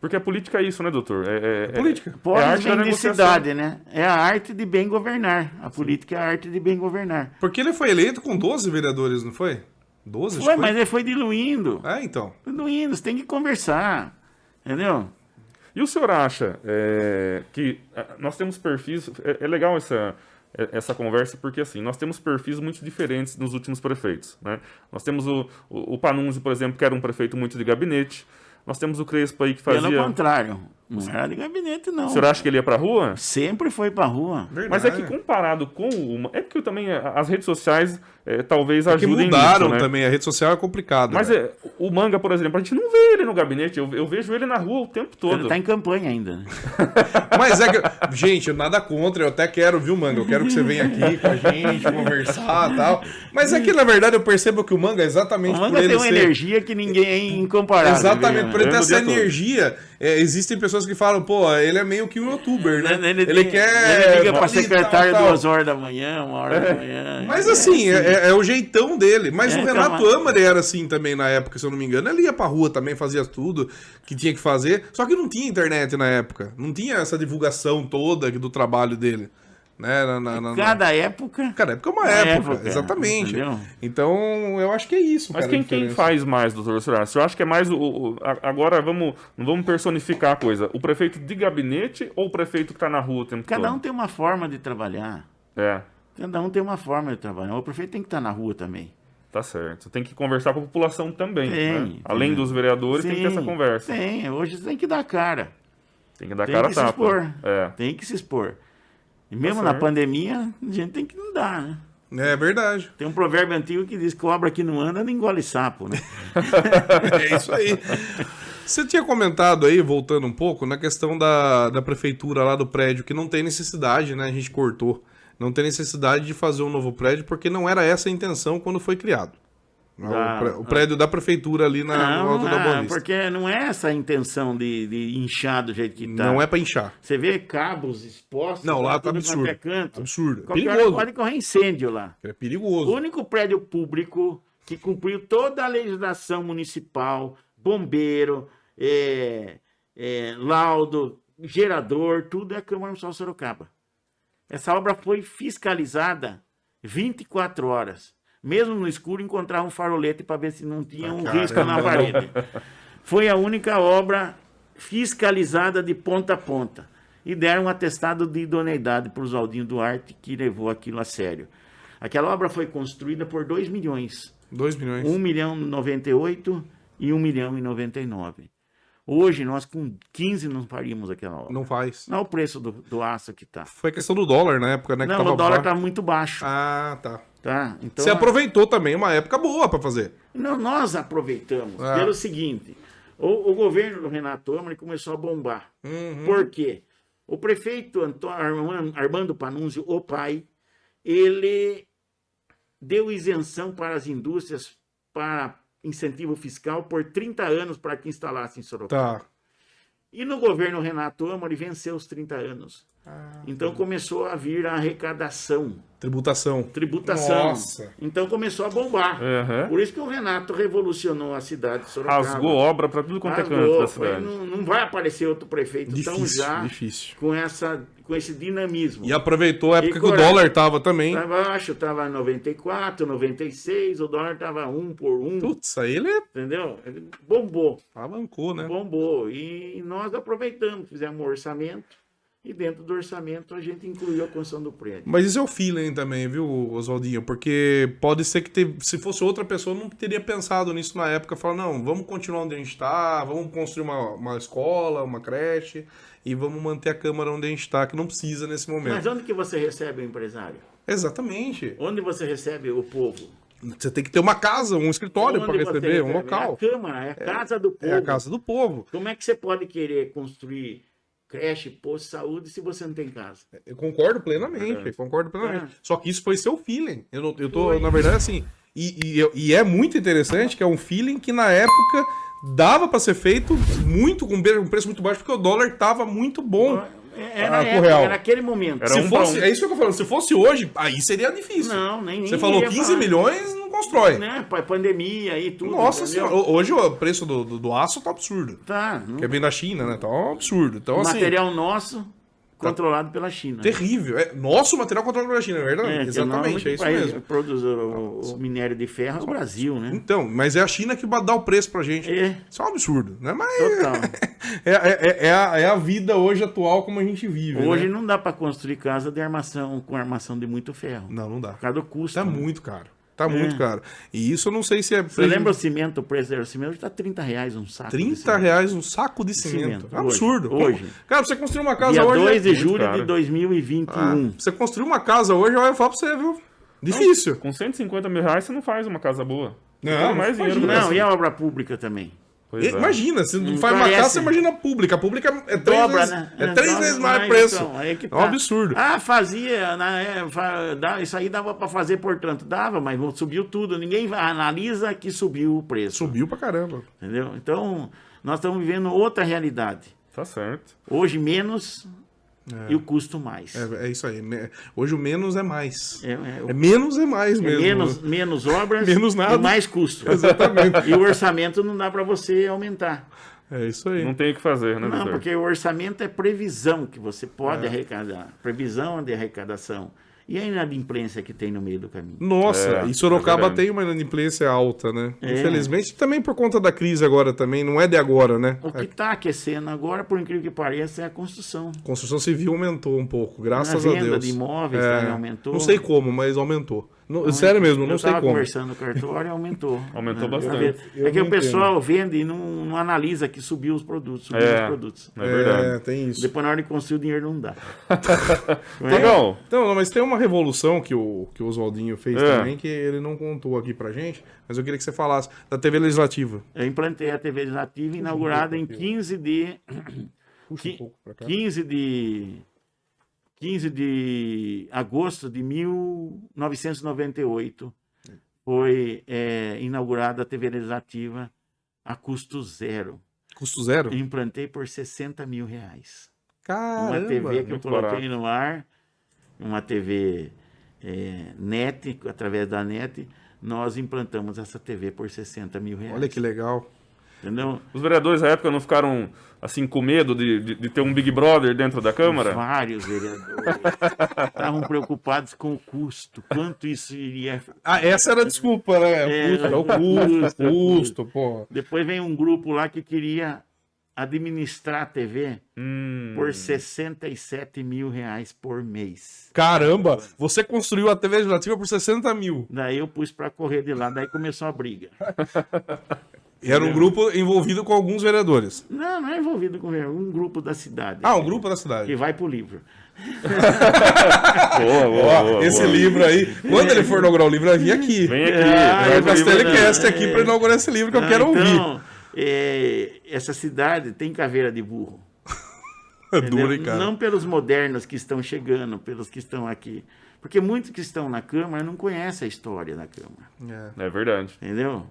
Speaker 2: Porque a política é isso, né, doutor? É, é- é-
Speaker 1: política.
Speaker 2: É a
Speaker 3: Pode
Speaker 2: arte da
Speaker 3: vem de
Speaker 2: negociação.
Speaker 3: cidade, né? É a arte de bem governar. A política é a arte de bem governar.
Speaker 1: Porque ele foi eleito com 12 vereadores, não foi? 12? acho
Speaker 3: Ué,
Speaker 1: que
Speaker 3: mas ele foi diluindo.
Speaker 1: É, então.
Speaker 3: Diluindo, você tem que conversar. Entendeu?
Speaker 2: E o senhor acha é, que ah, nós temos perfis. É, é legal essa, é- essa conversa, porque assim, nós temos perfis muito diferentes nos últimos prefeitos. Né? Nós temos o, o, o Panunzi, por exemplo, que era um prefeito muito de gabinete. Nós temos o Crespo aí que fazia.
Speaker 3: Pelo contrário. Não era de gabinete, não.
Speaker 2: O senhor acha que ele ia pra rua?
Speaker 3: Sempre foi pra rua.
Speaker 2: Mas é que
Speaker 1: né?
Speaker 2: comparado com uma. É que eu também. a- As redes sociais eh, talvez
Speaker 1: É que
Speaker 2: ajudem
Speaker 1: mudaram
Speaker 2: nisso, né?
Speaker 1: também, a rede social é complicada.
Speaker 2: Mas
Speaker 1: né?
Speaker 2: é, o manga, por exemplo, a gente não vê ele no gabinete. Eu, eu vejo ele na rua o tempo todo.
Speaker 3: Ele tá em campanha ainda. né?
Speaker 1: Mas é que. Gente, eu nada contra, eu até quero, viu, Manga? Eu quero que você venha aqui com a gente, conversar e tal. Mas é que, na verdade, eu percebo que o Manga, é exatamente
Speaker 3: O manga
Speaker 1: por ele
Speaker 3: tem uma
Speaker 1: ser-
Speaker 3: energia que ninguém é incomparável.
Speaker 1: Exatamente,
Speaker 3: né?
Speaker 1: por ele ter
Speaker 2: Lembra o
Speaker 1: essa
Speaker 2: dia todo.
Speaker 1: energia. é, existem pessoas que falam, pô, ele é meio que um youtuber, né? Ele,
Speaker 3: tem-
Speaker 1: quer.
Speaker 3: Ele liga pra
Speaker 1: ali,
Speaker 3: secretário
Speaker 1: tal, tal.
Speaker 3: duas horas da manhã, uma hora da manhã. né?
Speaker 1: Mas assim, é, é- é o jeitão dele. Mas
Speaker 3: É,
Speaker 1: o Renato
Speaker 3: calma.
Speaker 1: Amari era assim também na época, se eu não me engano. Ele ia pra rua também, fazia tudo que tinha que fazer. Só que não tinha internet na época. Não tinha essa divulgação toda do trabalho dele. Né? Na, na, na- na-
Speaker 3: Cada época.
Speaker 1: Cada época é uma
Speaker 3: Uma
Speaker 1: época,
Speaker 3: época,
Speaker 1: exatamente.
Speaker 3: entendeu?
Speaker 1: Então, eu acho que é isso.
Speaker 2: Mas
Speaker 1: cara,
Speaker 2: quem,
Speaker 1: a
Speaker 2: quem
Speaker 1: diferença.
Speaker 2: faz mais, doutor Sorato? Eu acho que é mais o. o- a- agora vamos, não vamos personificar a coisa. O prefeito de gabinete ou o prefeito que tá na rua o tempo
Speaker 3: Cada um
Speaker 2: todo?
Speaker 3: tem uma forma de trabalhar.
Speaker 2: É,
Speaker 3: Cada um tem uma forma de trabalhar. O prefeito tem que estar na rua também.
Speaker 2: tá certo. Tem que conversar com a população também.
Speaker 3: Tem,
Speaker 2: né?
Speaker 3: tem,
Speaker 2: Além
Speaker 3: né?
Speaker 2: dos vereadores, tem que ter essa conversa. Tem,
Speaker 3: Tem, hoje você tem que dar cara.
Speaker 2: que dar
Speaker 3: Tem
Speaker 2: cara a
Speaker 3: que se
Speaker 2: tapa.
Speaker 3: expor.
Speaker 2: É.
Speaker 3: Tem que se expor. E
Speaker 1: Tá
Speaker 3: mesmo na
Speaker 2: certo.
Speaker 3: pandemia, a gente tem que não dar, né?
Speaker 1: É verdade.
Speaker 3: Tem um provérbio antigo que diz que cobra que não anda não engole sapo, né?
Speaker 1: É isso aí. Você tinha comentado aí, voltando um pouco, na questão da, da prefeitura lá do prédio, que não tem necessidade, né? A gente cortou. Não tem necessidade de fazer um novo prédio, porque não era essa a intenção quando foi criado. O
Speaker 3: Ah,
Speaker 1: pré- o, prédio da prefeitura ali na, no
Speaker 3: Não,
Speaker 1: Alto da Boa
Speaker 3: ah,
Speaker 1: Vista.
Speaker 3: porque não é essa a intenção de, de inchar do jeito que tá.
Speaker 1: Não é pra inchar.
Speaker 3: Você vê cabos expostos.
Speaker 1: Não, lá tá
Speaker 3: tudo
Speaker 1: absurdo.
Speaker 3: quanto é canto.
Speaker 1: Absurdo.
Speaker 3: Qualquer hora
Speaker 1: Perigoso.
Speaker 3: pode correr incêndio lá.
Speaker 1: É
Speaker 3: O
Speaker 1: perigoso.
Speaker 3: único prédio público que cumpriu toda a legislação municipal, bombeiro, é, é, laudo, gerador, tudo é a Câmara Municipal de Sorocaba. Essa obra foi fiscalizada 24 horas. Mesmo no escuro, encontrava um farolete para ver se não tinha um risco na parede. Foi a única obra fiscalizada de ponta a ponta. E deram um atestado de idoneidade para o Zaldinho Duarte, que levou aquilo a sério. Aquela obra foi construída por 2 milhões.
Speaker 1: 2 milhões.
Speaker 3: 1 milhão e 98 e 1 milhão e 99. Hoje, nós com 15 não faríamos aquela obra. Não,
Speaker 1: Não faz.
Speaker 3: o preço do, do aço que tá. está.
Speaker 1: Foi questão do dólar na época, né? que
Speaker 3: Não,
Speaker 1: tava
Speaker 3: o dólar
Speaker 1: baixo.
Speaker 3: está muito baixo.
Speaker 1: Ah, tá.
Speaker 3: Tá? Então,
Speaker 1: Você
Speaker 3: a-
Speaker 1: aproveitou também uma época boa pra fazer.
Speaker 3: Não, nós aproveitamos
Speaker 1: Ah.
Speaker 3: pelo seguinte: o, o governo do Renato Amari começou a bombar.
Speaker 1: Uhum. Hum.
Speaker 3: Por quê? O prefeito Antô- Arman- Armando Panunzio, o pai, ele deu isenção para as indústrias para incentivo fiscal por 30 anos para que instalassem em Sorocaba.
Speaker 1: Tá.
Speaker 3: E no governo Renato Amari venceu os 30 anos.
Speaker 1: Ah.
Speaker 3: então começou a vir a arrecadação,
Speaker 1: Tributação.
Speaker 3: tributação.
Speaker 1: Nossa. É.
Speaker 3: Então começou a bombar.
Speaker 2: Aham.
Speaker 3: Por isso que o Renato revolucionou a cidade de Sorocaba.
Speaker 2: Rasgou obra pra tudo quanto é canto
Speaker 3: Rasgou,
Speaker 2: da
Speaker 3: foi,
Speaker 2: cidade.
Speaker 3: Não, não vai aparecer outro prefeito tão
Speaker 1: Difícil,
Speaker 3: Então já
Speaker 1: difícil.
Speaker 3: Com, essa, com esse dinamismo.
Speaker 1: E aproveitou a
Speaker 3: E
Speaker 1: época que o
Speaker 3: coragem.
Speaker 1: dólar tava também.
Speaker 3: Estava baixo, estava 94, 96, o dólar estava um por um,
Speaker 1: Putz, aí ele
Speaker 3: entendeu? Ele bombou,
Speaker 1: alavancou, né?
Speaker 3: bombou. E nós aproveitamos, fizemos um orçamento, e dentro do orçamento a gente incluiu a construção do prédio.
Speaker 1: Mas isso é o feeling também, viu, Oswaldinho? Porque pode ser que te- se fosse outra pessoa, não teria pensado nisso na época. Falar, não, vamos continuar onde a gente está, vamos construir uma, uma escola, uma creche e vamos manter a Câmara onde a gente está, que não precisa nesse
Speaker 3: Mas
Speaker 1: momento.
Speaker 3: onde que você recebe o empresário?
Speaker 1: Exatamente.
Speaker 3: Onde você recebe o povo?
Speaker 1: Você tem que ter uma casa, um escritório para
Speaker 3: Onde você
Speaker 1: receber, um
Speaker 3: recebe? É a
Speaker 1: local.
Speaker 3: Câmara, é a casa do povo.
Speaker 1: É a casa do povo.
Speaker 3: Como é que você pode querer construir creche, posto de saúde, se você não tem casa?
Speaker 1: Eu concordo plenamente,
Speaker 2: Verdade.
Speaker 1: concordo plenamente.
Speaker 3: É.
Speaker 1: Só que isso foi seu feeling. Eu, não- eu tô,
Speaker 3: Foi.
Speaker 1: na verdade, assim. E, e eu- e é muito interessante que é um feeling que na época dava pra ser feito muito com pre- um preço muito baixo, porque o dólar tava muito bom.
Speaker 3: Era,
Speaker 1: Ah,
Speaker 3: época,
Speaker 1: Correal.
Speaker 3: era naquele momento.
Speaker 2: Era
Speaker 1: se
Speaker 2: um pra
Speaker 1: fosse,
Speaker 2: um.
Speaker 1: é isso que eu tô falando. Se fosse hoje, aí seria difícil.
Speaker 3: Não, nem
Speaker 1: Você
Speaker 3: nem
Speaker 1: falou
Speaker 3: ia
Speaker 1: 15
Speaker 3: falar.
Speaker 1: milhões, não constrói.
Speaker 3: Né? pa- Pandemia e tudo.
Speaker 1: Nossa
Speaker 3: entendeu?
Speaker 1: senhora, ho- hoje o preço do, do, do aço tá absurdo.
Speaker 3: Tá. não-
Speaker 1: Que vem da China, né? Tá um absurdo. Então, assim,
Speaker 3: material nosso controlado pela China.
Speaker 1: terrível. É, nosso material controlado pela China, é verdade?
Speaker 3: É, que
Speaker 1: Exatamente,
Speaker 3: o
Speaker 1: é isso
Speaker 3: país
Speaker 1: mesmo.
Speaker 3: Produz o, o minério de ferro é o Brasil, né?
Speaker 1: Então, mas é a China que dá o preço pra gente.
Speaker 3: É,
Speaker 1: Isso é um absurdo, né? Mas
Speaker 3: total.
Speaker 1: é, é- é- é a, é a vida hoje atual como a gente vive.
Speaker 3: Hoje
Speaker 1: né?
Speaker 3: não dá para construir casa de armação com armação de muito ferro.
Speaker 1: não, não dá.
Speaker 3: Por causa do custo.
Speaker 1: Tá
Speaker 3: né?
Speaker 1: muito caro. Tá muito caro. E isso eu não sei se é.
Speaker 3: Você lembra o cimento, o preço do cimento? Hoje tá 30 reais um saco. de
Speaker 1: 30
Speaker 3: cimento.
Speaker 1: reais um saco de cimento.
Speaker 3: Cimento,
Speaker 1: Absurdo.
Speaker 3: hoje.
Speaker 1: Como- Cara, pra você construir uma casa
Speaker 3: Dia
Speaker 1: hoje. né?
Speaker 3: 2 de
Speaker 2: muito
Speaker 3: julho um.
Speaker 2: caro.
Speaker 3: de 2021.
Speaker 1: Ah, pra você construir uma casa hoje, olha, eu falo pra você, viu? Difícil.
Speaker 2: Com 150 mil reais você não faz uma casa boa. Você
Speaker 1: Não,
Speaker 2: tem mais dinheiro pra
Speaker 3: Não,
Speaker 2: isso.
Speaker 3: e a obra pública também?
Speaker 2: Pois
Speaker 1: E-
Speaker 2: é.
Speaker 1: Imagina, se não faz uma
Speaker 3: parece.
Speaker 1: casa, você imagina a pública. A pública é três
Speaker 3: Dobra,
Speaker 1: vezes,
Speaker 3: né?
Speaker 1: é três
Speaker 3: Dobra
Speaker 1: vezes mais
Speaker 3: mais,
Speaker 1: preço.
Speaker 3: então, aí que
Speaker 1: É um
Speaker 3: tá.
Speaker 1: absurdo.
Speaker 3: Ah, fazia, né, é, fa- dá- isso aí dava para fazer, portanto, dava, mas subiu tudo. Ninguém analisa que subiu o preço,
Speaker 1: Subiu pra caramba.
Speaker 3: entendeu? Então, nós estamos vivendo outra realidade.
Speaker 2: Tá certo.
Speaker 3: Hoje menos e o custo mais. É,
Speaker 1: É, é isso aí. né? Hoje o menos é mais. É,
Speaker 3: é, o-
Speaker 1: menos é mais
Speaker 3: é
Speaker 1: mesmo. né?
Speaker 3: menos, menos obras
Speaker 1: Menos nada.
Speaker 3: e mais custo.
Speaker 1: Exatamente.
Speaker 3: E o orçamento não dá para você aumentar.
Speaker 1: É isso aí.
Speaker 2: Não tem o que fazer, né,
Speaker 3: Não,
Speaker 2: doutor?
Speaker 3: porque o orçamento é previsão que você pode
Speaker 1: É.
Speaker 3: arrecadar. Previsão de arrecadação. E a inadimplência que tem no meio do caminho.
Speaker 1: Nossa,
Speaker 2: É,
Speaker 1: e Sorocaba
Speaker 2: é verdade.
Speaker 1: tem uma inadimplência alta, né?
Speaker 3: É.
Speaker 1: Infelizmente, também por conta da crise agora também, não é de agora, né?
Speaker 3: O que está aquecendo agora, por incrível que pareça, é a construção.
Speaker 1: A construção civil aumentou um pouco, graças
Speaker 3: Na
Speaker 1: a
Speaker 3: venda
Speaker 1: Deus. É.
Speaker 3: de imóveis também aumentou.
Speaker 1: Não sei como, mas aumentou. Não- sério mesmo, não
Speaker 3: eu
Speaker 1: sei
Speaker 3: tava
Speaker 1: como.
Speaker 3: conversando com o cartório e aumentou.
Speaker 2: Aumentou
Speaker 3: Eu
Speaker 2: bastante.
Speaker 3: vejo-
Speaker 1: Eu
Speaker 3: é que
Speaker 1: não
Speaker 3: o pessoal vende e não, não analisa que subiu os produtos, subiu
Speaker 2: É.
Speaker 3: os produtos.
Speaker 1: É,
Speaker 2: É verdade.
Speaker 1: tem isso.
Speaker 3: Depois na hora de construir o dinheiro não dá. Não é?
Speaker 2: Legal.
Speaker 1: Então, não, mas tem uma revolução que o, que o Oswaldinho fez
Speaker 2: É.
Speaker 1: também, que ele não contou aqui pra gente, mas eu queria que você falasse da TV Legislativa.
Speaker 3: Eu implantei a TV legislativa
Speaker 1: um
Speaker 3: inaugurada em 15 de
Speaker 1: Puxa
Speaker 3: Que-
Speaker 1: um pouco pra cá.
Speaker 3: 15 de 15 de agosto de 1998 foi eh, inaugurada a TV legislativa a custo zero.
Speaker 1: Custo zero?
Speaker 3: Eu implantei por 60 mil reais.
Speaker 1: Caramba!
Speaker 3: uma TV que eu
Speaker 2: muito
Speaker 3: coloquei
Speaker 2: barato.
Speaker 3: no ar, uma TV eh, net, através da net, nós implantamos essa TV por 60 mil reais.
Speaker 1: Olha que legal.
Speaker 3: Entendeu?
Speaker 2: Os vereadores da época não ficaram assim com medo de, de, de ter um Big Brother dentro da Câmara?
Speaker 3: Vários vereadores estavam preocupados com o custo, quanto isso iria.
Speaker 1: Ah, essa era a desculpa, né?
Speaker 3: É,
Speaker 1: Custo, é o custo,
Speaker 3: custo,
Speaker 1: custo, pô.
Speaker 3: Depois vem um grupo lá que queria administrar a TV
Speaker 2: Hum,
Speaker 3: por 67 mil reais por mês.
Speaker 1: Caramba, você construiu a TV legislativa por 60 mil.
Speaker 3: Daí eu pus para correr de lá, daí começou a briga.
Speaker 1: E era um grupo envolvido com alguns vereadores.
Speaker 3: Não, não é envolvido com vergonha, um grupo da cidade.
Speaker 1: Ah, um grupo da
Speaker 3: Que
Speaker 1: cidade.
Speaker 3: vai pro livro.
Speaker 2: boa, boa,
Speaker 1: Ó,
Speaker 2: boa,
Speaker 1: esse
Speaker 2: boa.
Speaker 1: livro aí, quando ele for inaugurar o livro, vai vir aqui.
Speaker 2: Vem aqui.
Speaker 3: Ah,
Speaker 2: traz
Speaker 1: Vai
Speaker 3: eu
Speaker 2: o
Speaker 1: pra
Speaker 3: gostei
Speaker 2: livro
Speaker 3: dele.
Speaker 2: dela.
Speaker 1: Telecast aqui pra inaugurar esse livro que eu
Speaker 3: Não,
Speaker 1: quero ouvir.
Speaker 3: então, é, essa cidade tem caveira de burro.
Speaker 1: É
Speaker 3: então, entendeu?
Speaker 1: duro, hein, cara?
Speaker 3: Não pelos modernos que estão chegando, pelos que estão aqui. Porque muitos que estão na Câmara não conhecem a história da Câmara,
Speaker 1: É.
Speaker 2: É verdade.
Speaker 3: entendeu?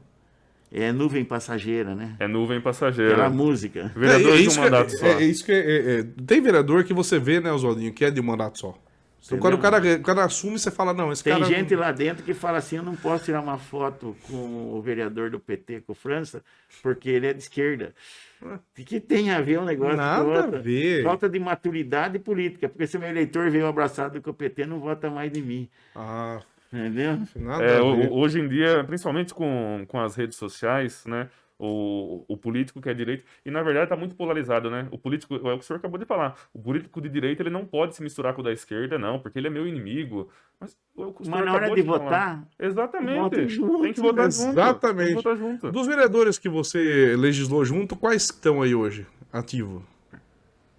Speaker 3: É nuvem passageira, né?
Speaker 2: É nuvem
Speaker 3: Aquela
Speaker 2: passageira.
Speaker 3: música.
Speaker 2: Vereador
Speaker 1: É, é
Speaker 2: de um
Speaker 1: isso que-
Speaker 2: mandato só.
Speaker 1: é- é isso que é- é- tem vereador que você vê, né, Oswaldinho, que é de um mandato só. Então, quando o cara, o cara assume, você fala, não, esse
Speaker 3: Tem
Speaker 1: cara...
Speaker 3: gente lá dentro que fala assim, eu não posso tirar uma foto com o vereador do PT, com o França, porque ele é de esquerda. O que tem a ver um negócio
Speaker 1: Nada
Speaker 3: com o outro?
Speaker 1: a ver.
Speaker 3: Falta de maturidade política, porque se meu eleitor veio abraçado com o PT, não vota mais de mim,
Speaker 1: Ah,
Speaker 3: entendeu?
Speaker 1: nada
Speaker 2: É,
Speaker 1: a
Speaker 2: ho-
Speaker 1: ver.
Speaker 2: hoje em dia, principalmente com, com as redes sociais, né? O, o político que é direito. E na verdade tá muito polarizado, né? O político, é o que o senhor acabou de falar. O político de direita ele não pode se misturar com o da esquerda, não, porque ele é meu inimigo. Mas, é o que o senhor
Speaker 3: Mas na hora
Speaker 2: acabou
Speaker 3: de
Speaker 2: falar.
Speaker 3: votar,
Speaker 2: Exatamente.
Speaker 3: votem junto,
Speaker 2: Tem que votar junto.
Speaker 1: Exatamente.
Speaker 2: Tem que votar junto.
Speaker 1: Dos vereadores que você legislou junto, quais estão aí hoje ativo?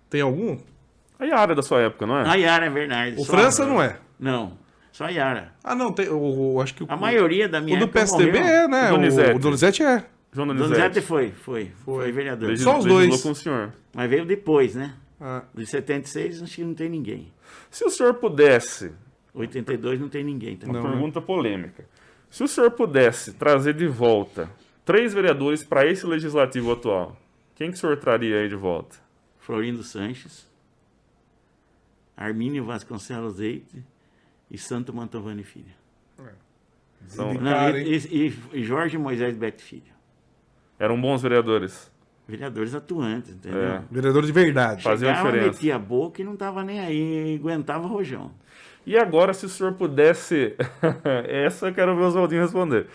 Speaker 1: Tem algum?
Speaker 2: Aí a área da sua época, não é?
Speaker 3: a Yara Bernardes.
Speaker 1: O
Speaker 3: só-
Speaker 1: França não é.
Speaker 3: Não, só a Yara.
Speaker 1: Ah, não, tem. O, o- acho que o,
Speaker 3: A maioria da minha
Speaker 1: o do
Speaker 3: época
Speaker 1: PSDB
Speaker 3: morreu.
Speaker 1: é, né?
Speaker 2: O
Speaker 1: O
Speaker 2: Donizete.
Speaker 1: O, Donizete é.
Speaker 2: João
Speaker 3: Donizete
Speaker 2: Donizete.
Speaker 3: foi, foi, foi, vereador.
Speaker 2: Legis-
Speaker 1: Só os
Speaker 2: legislou
Speaker 1: dois.
Speaker 2: com o senhor.
Speaker 3: Mas veio depois, né?
Speaker 1: Ah,
Speaker 3: De 76, acho que não tem ninguém.
Speaker 2: Se o senhor pudesse
Speaker 3: 82 não tem ninguém tá? também.
Speaker 1: Não, né?
Speaker 2: Pergunta polêmica. Se o senhor pudesse trazer de volta três vereadores para esse legislativo atual, quem que o senhor traria aí de volta?
Speaker 3: Florindo Sanches, Armínio Vasconcelos Eite e Santo Mantovani Filho.
Speaker 2: São-
Speaker 1: Indica-
Speaker 3: Então, Não,
Speaker 1: Cara,
Speaker 3: e, e- e Jorge Moisés Beto Filho.
Speaker 2: eram bons vereadores.
Speaker 3: Vereadores atuantes, entendeu?
Speaker 2: É.
Speaker 1: vereador de verdade.
Speaker 2: Faz- Fazia
Speaker 3: Chegava,
Speaker 2: diferença.
Speaker 3: metia a boca e não tava nem aí, aguentava o rojão.
Speaker 2: E agora, se o senhor pudesse. Essa eu quero ver o Oswaldinho responder.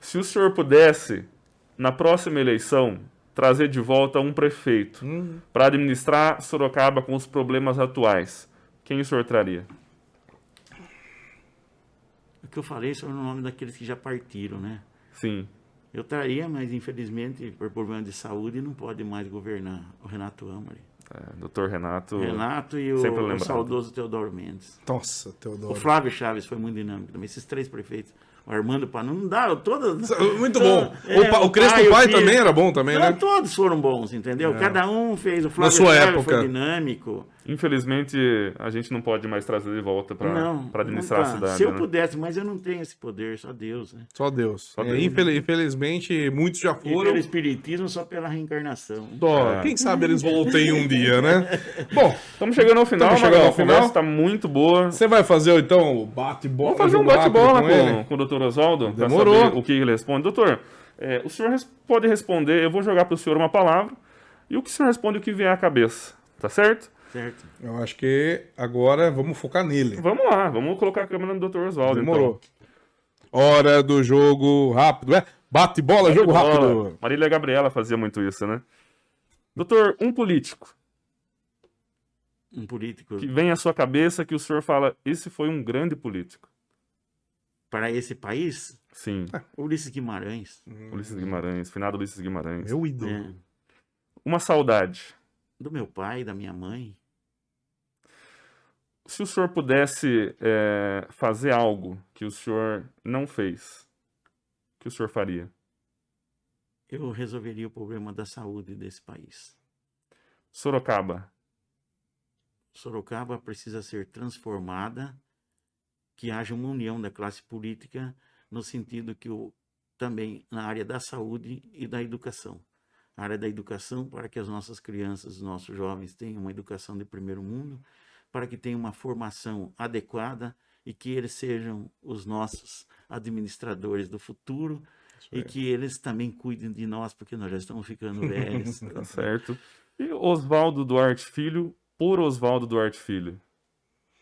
Speaker 2: Se o senhor pudesse, na próxima eleição, trazer de volta um prefeito
Speaker 3: Uhum.
Speaker 2: para administrar Sorocaba com os problemas atuais, quem o senhor traria?
Speaker 3: Eu que eu falei sobre É o nome daqueles que já partiram, né?
Speaker 2: Sim.
Speaker 3: Eu traria, mas infelizmente, por problema de saúde, não pode mais governar o Renato Amari.
Speaker 2: É, Dr. Renato.
Speaker 3: Renato e o,
Speaker 2: sempre
Speaker 3: o
Speaker 2: lembrado.
Speaker 3: saudoso Teodoro Mendes.
Speaker 4: Nossa,
Speaker 3: O
Speaker 4: Teodoro.
Speaker 3: Flávio Chaves foi muito dinâmico também. Esses três prefeitos. O Armando Panu, não dá, todas.
Speaker 1: Muito
Speaker 3: Então,
Speaker 1: bom.
Speaker 3: é,
Speaker 1: o, pa- o Crespo
Speaker 3: o
Speaker 1: Pai
Speaker 3: filho.
Speaker 1: também era bom também,
Speaker 3: Não,
Speaker 1: né? É.
Speaker 3: todos foram bons, entendeu? Cada um fez. O Flávio
Speaker 1: sua
Speaker 3: Chaves
Speaker 1: época.
Speaker 3: foi dinâmico.
Speaker 2: Infelizmente, a gente não pode mais trazer de volta
Speaker 3: não,
Speaker 2: para administrar
Speaker 3: não
Speaker 2: a
Speaker 3: dá.
Speaker 2: cidade.
Speaker 3: Se eu
Speaker 2: né?
Speaker 3: pudesse, mas eu não tenho esse poder, só Deus, né?
Speaker 1: Só Deus.
Speaker 2: Só
Speaker 1: É,
Speaker 2: Deus.
Speaker 1: infel- infelizmente, muitos já
Speaker 3: E
Speaker 1: foram.
Speaker 3: pelo espiritismo, só pela reencarnação.
Speaker 1: Dó,
Speaker 2: É.
Speaker 1: Quem sabe eles voltem um dia, né? Bom,
Speaker 2: Estamos chegando ao final,
Speaker 1: Estamos chegando
Speaker 2: Magal.
Speaker 1: ao
Speaker 2: A conversa
Speaker 1: final.
Speaker 2: está muito boa.
Speaker 1: você vai fazer então o bate-bola?
Speaker 2: Vamos fazer um
Speaker 1: rápido
Speaker 2: bate-bola
Speaker 1: com
Speaker 2: com,
Speaker 1: ele?
Speaker 2: com o doutor Oswaldo. pra
Speaker 1: Demorou.
Speaker 2: saber O que ele responde. Doutor, é, o senhor res- pode responder, eu vou jogar para o senhor uma palavra, e o que o senhor responde o que vier à cabeça, tá certo?
Speaker 3: Certo?
Speaker 1: Eu acho que agora vamos focar nele.
Speaker 2: Vamos lá, vamos colocar a câmera no doutor Oswaldo. então.
Speaker 1: Demorou. Hora do jogo rápido. É? Bate-bola,
Speaker 2: Então.
Speaker 1: jogo
Speaker 2: Bola.
Speaker 1: rápido.
Speaker 2: Marília Gabriela fazia muito isso, né? Doutor, um político
Speaker 3: Um político.
Speaker 2: que vem à sua cabeça que o senhor fala, esse foi um grande político.
Speaker 3: Para esse país,
Speaker 2: Sim,
Speaker 3: Ulisses Guimarães.
Speaker 1: É.
Speaker 2: Ulisses Guimarães, finado Ulisses Guimarães.
Speaker 4: Meu ídolo.
Speaker 3: né?
Speaker 2: Uma saudade.
Speaker 3: Do meu pai, da minha mãe.
Speaker 2: Se o senhor pudesse é, fazer algo que o senhor não fez, o que o senhor faria?
Speaker 3: eu resolveria o problema da saúde desse país.
Speaker 2: Sorocaba.
Speaker 3: Sorocaba precisa ser transformada, que haja uma união da classe política no sentido que o, também na área da saúde e da educação. A área da educação para que as nossas crianças, os nossos jovens tenham uma educação de primeiro mundo, para que tenham uma formação adequada e que eles sejam os nossos administradores do futuro e que eles também cuidem de nós, porque nós já estamos ficando velhos.
Speaker 2: Tá certo. E Oswaldo Duarte Filho, por Oswaldo Duarte Filho.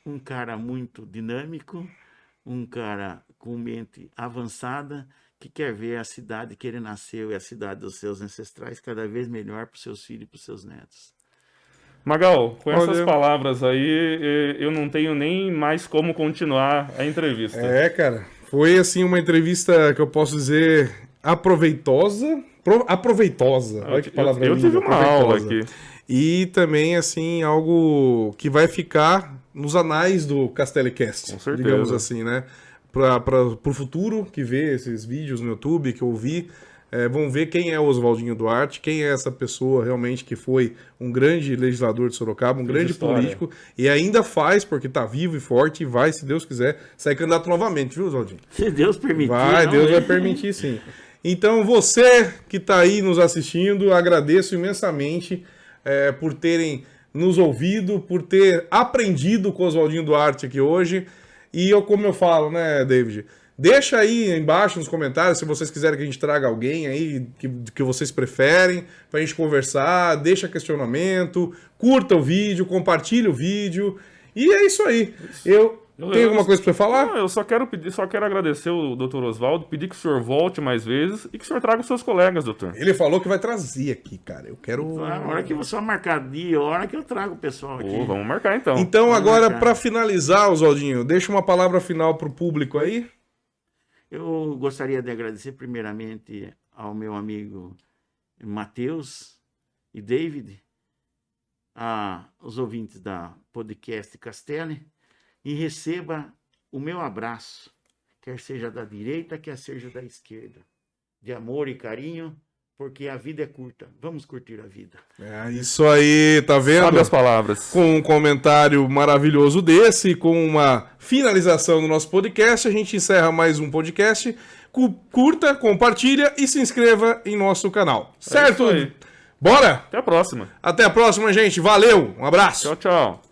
Speaker 3: um cara muito dinâmico, um cara com mente avançada, que quer ver a cidade que ele nasceu e a cidade dos seus ancestrais cada vez melhor para os seus filhos e para os seus netos.
Speaker 2: Magal, com essas
Speaker 1: Olha.
Speaker 2: palavras aí, eh, eu não tenho nem mais como continuar a entrevista.
Speaker 1: É, cara. Foi assim uma entrevista que eu posso dizer aproveitosa. Pro- aproveitosa. Olha
Speaker 2: eu,
Speaker 1: que
Speaker 2: ti-
Speaker 1: palavra
Speaker 2: eu, eu tive
Speaker 1: linda,
Speaker 2: uma aula
Speaker 1: aproveitosa.
Speaker 2: aqui.
Speaker 1: E também, assim, algo que vai ficar nos anais do Castellcast,
Speaker 2: Com certeza.
Speaker 1: digamos assim, né? Para o futuro que vê esses vídeos no YouTube, que eu vi, eh, vão ver quem é o Oswaldinho Duarte, quem é essa pessoa realmente que foi um grande legislador de Sorocaba, um
Speaker 2: Fez
Speaker 1: grande
Speaker 2: história.
Speaker 1: político, e ainda faz, porque tá vivo e forte, e vai, se Deus quiser, sair candidato novamente, viu, Oswaldinho?
Speaker 3: Se Deus permitir.
Speaker 1: Vai,
Speaker 3: não
Speaker 1: Deus
Speaker 3: é?
Speaker 1: vai permitir sim. Então, você que está aí nos assistindo, agradeço imensamente eh, por terem nos ouvido, por ter aprendido com o Oswaldinho Duarte aqui hoje. E eu, como eu falo, né, David? Deixa aí embaixo nos comentários se vocês quiserem que a gente traga alguém aí que, que vocês preferem pra gente conversar, deixa questionamento, curta o vídeo, compartilha o vídeo. E é isso aí. Eu,
Speaker 2: Eu-
Speaker 1: tem
Speaker 2: eu-
Speaker 1: alguma coisa pra falar?
Speaker 2: Não, eu só quero pedir, só quero agradecer o doutor Oswaldo, pedir que o senhor volte mais vezes e que o senhor traga os seus colegas, doutor.
Speaker 1: Ele falou que vai trazer aqui, cara. Eu quero. Então,
Speaker 3: Claro, a hora que eu só marcar dia, a hora que eu trago o pessoal aqui.
Speaker 2: Ô, vamos marcar então.
Speaker 1: Então, agora,
Speaker 3: cara.
Speaker 1: pra finalizar, Oswaldinho, deixa uma palavra final pro público aí.
Speaker 3: Eu gostaria de agradecer primeiramente ao meu amigo Matheus e David, a- aos ouvintes da podcast Castelli, e receba o meu abraço, quer seja da direita, quer seja da esquerda, de amor e carinho, porque a vida é curta. Vamos curtir a vida.
Speaker 1: É isso aí, tá vendo?
Speaker 2: Sabe as palavras.
Speaker 1: Com um comentário maravilhoso desse, com uma finalização do nosso podcast, a gente encerra mais um podcast. Cu- Curta, compartilha e se inscreva em nosso canal. Certo?
Speaker 2: isso aí.
Speaker 1: Bora!
Speaker 2: Até a próxima.
Speaker 1: Até a próxima, gente. Valeu! Um abraço!
Speaker 2: Tchau, tchau.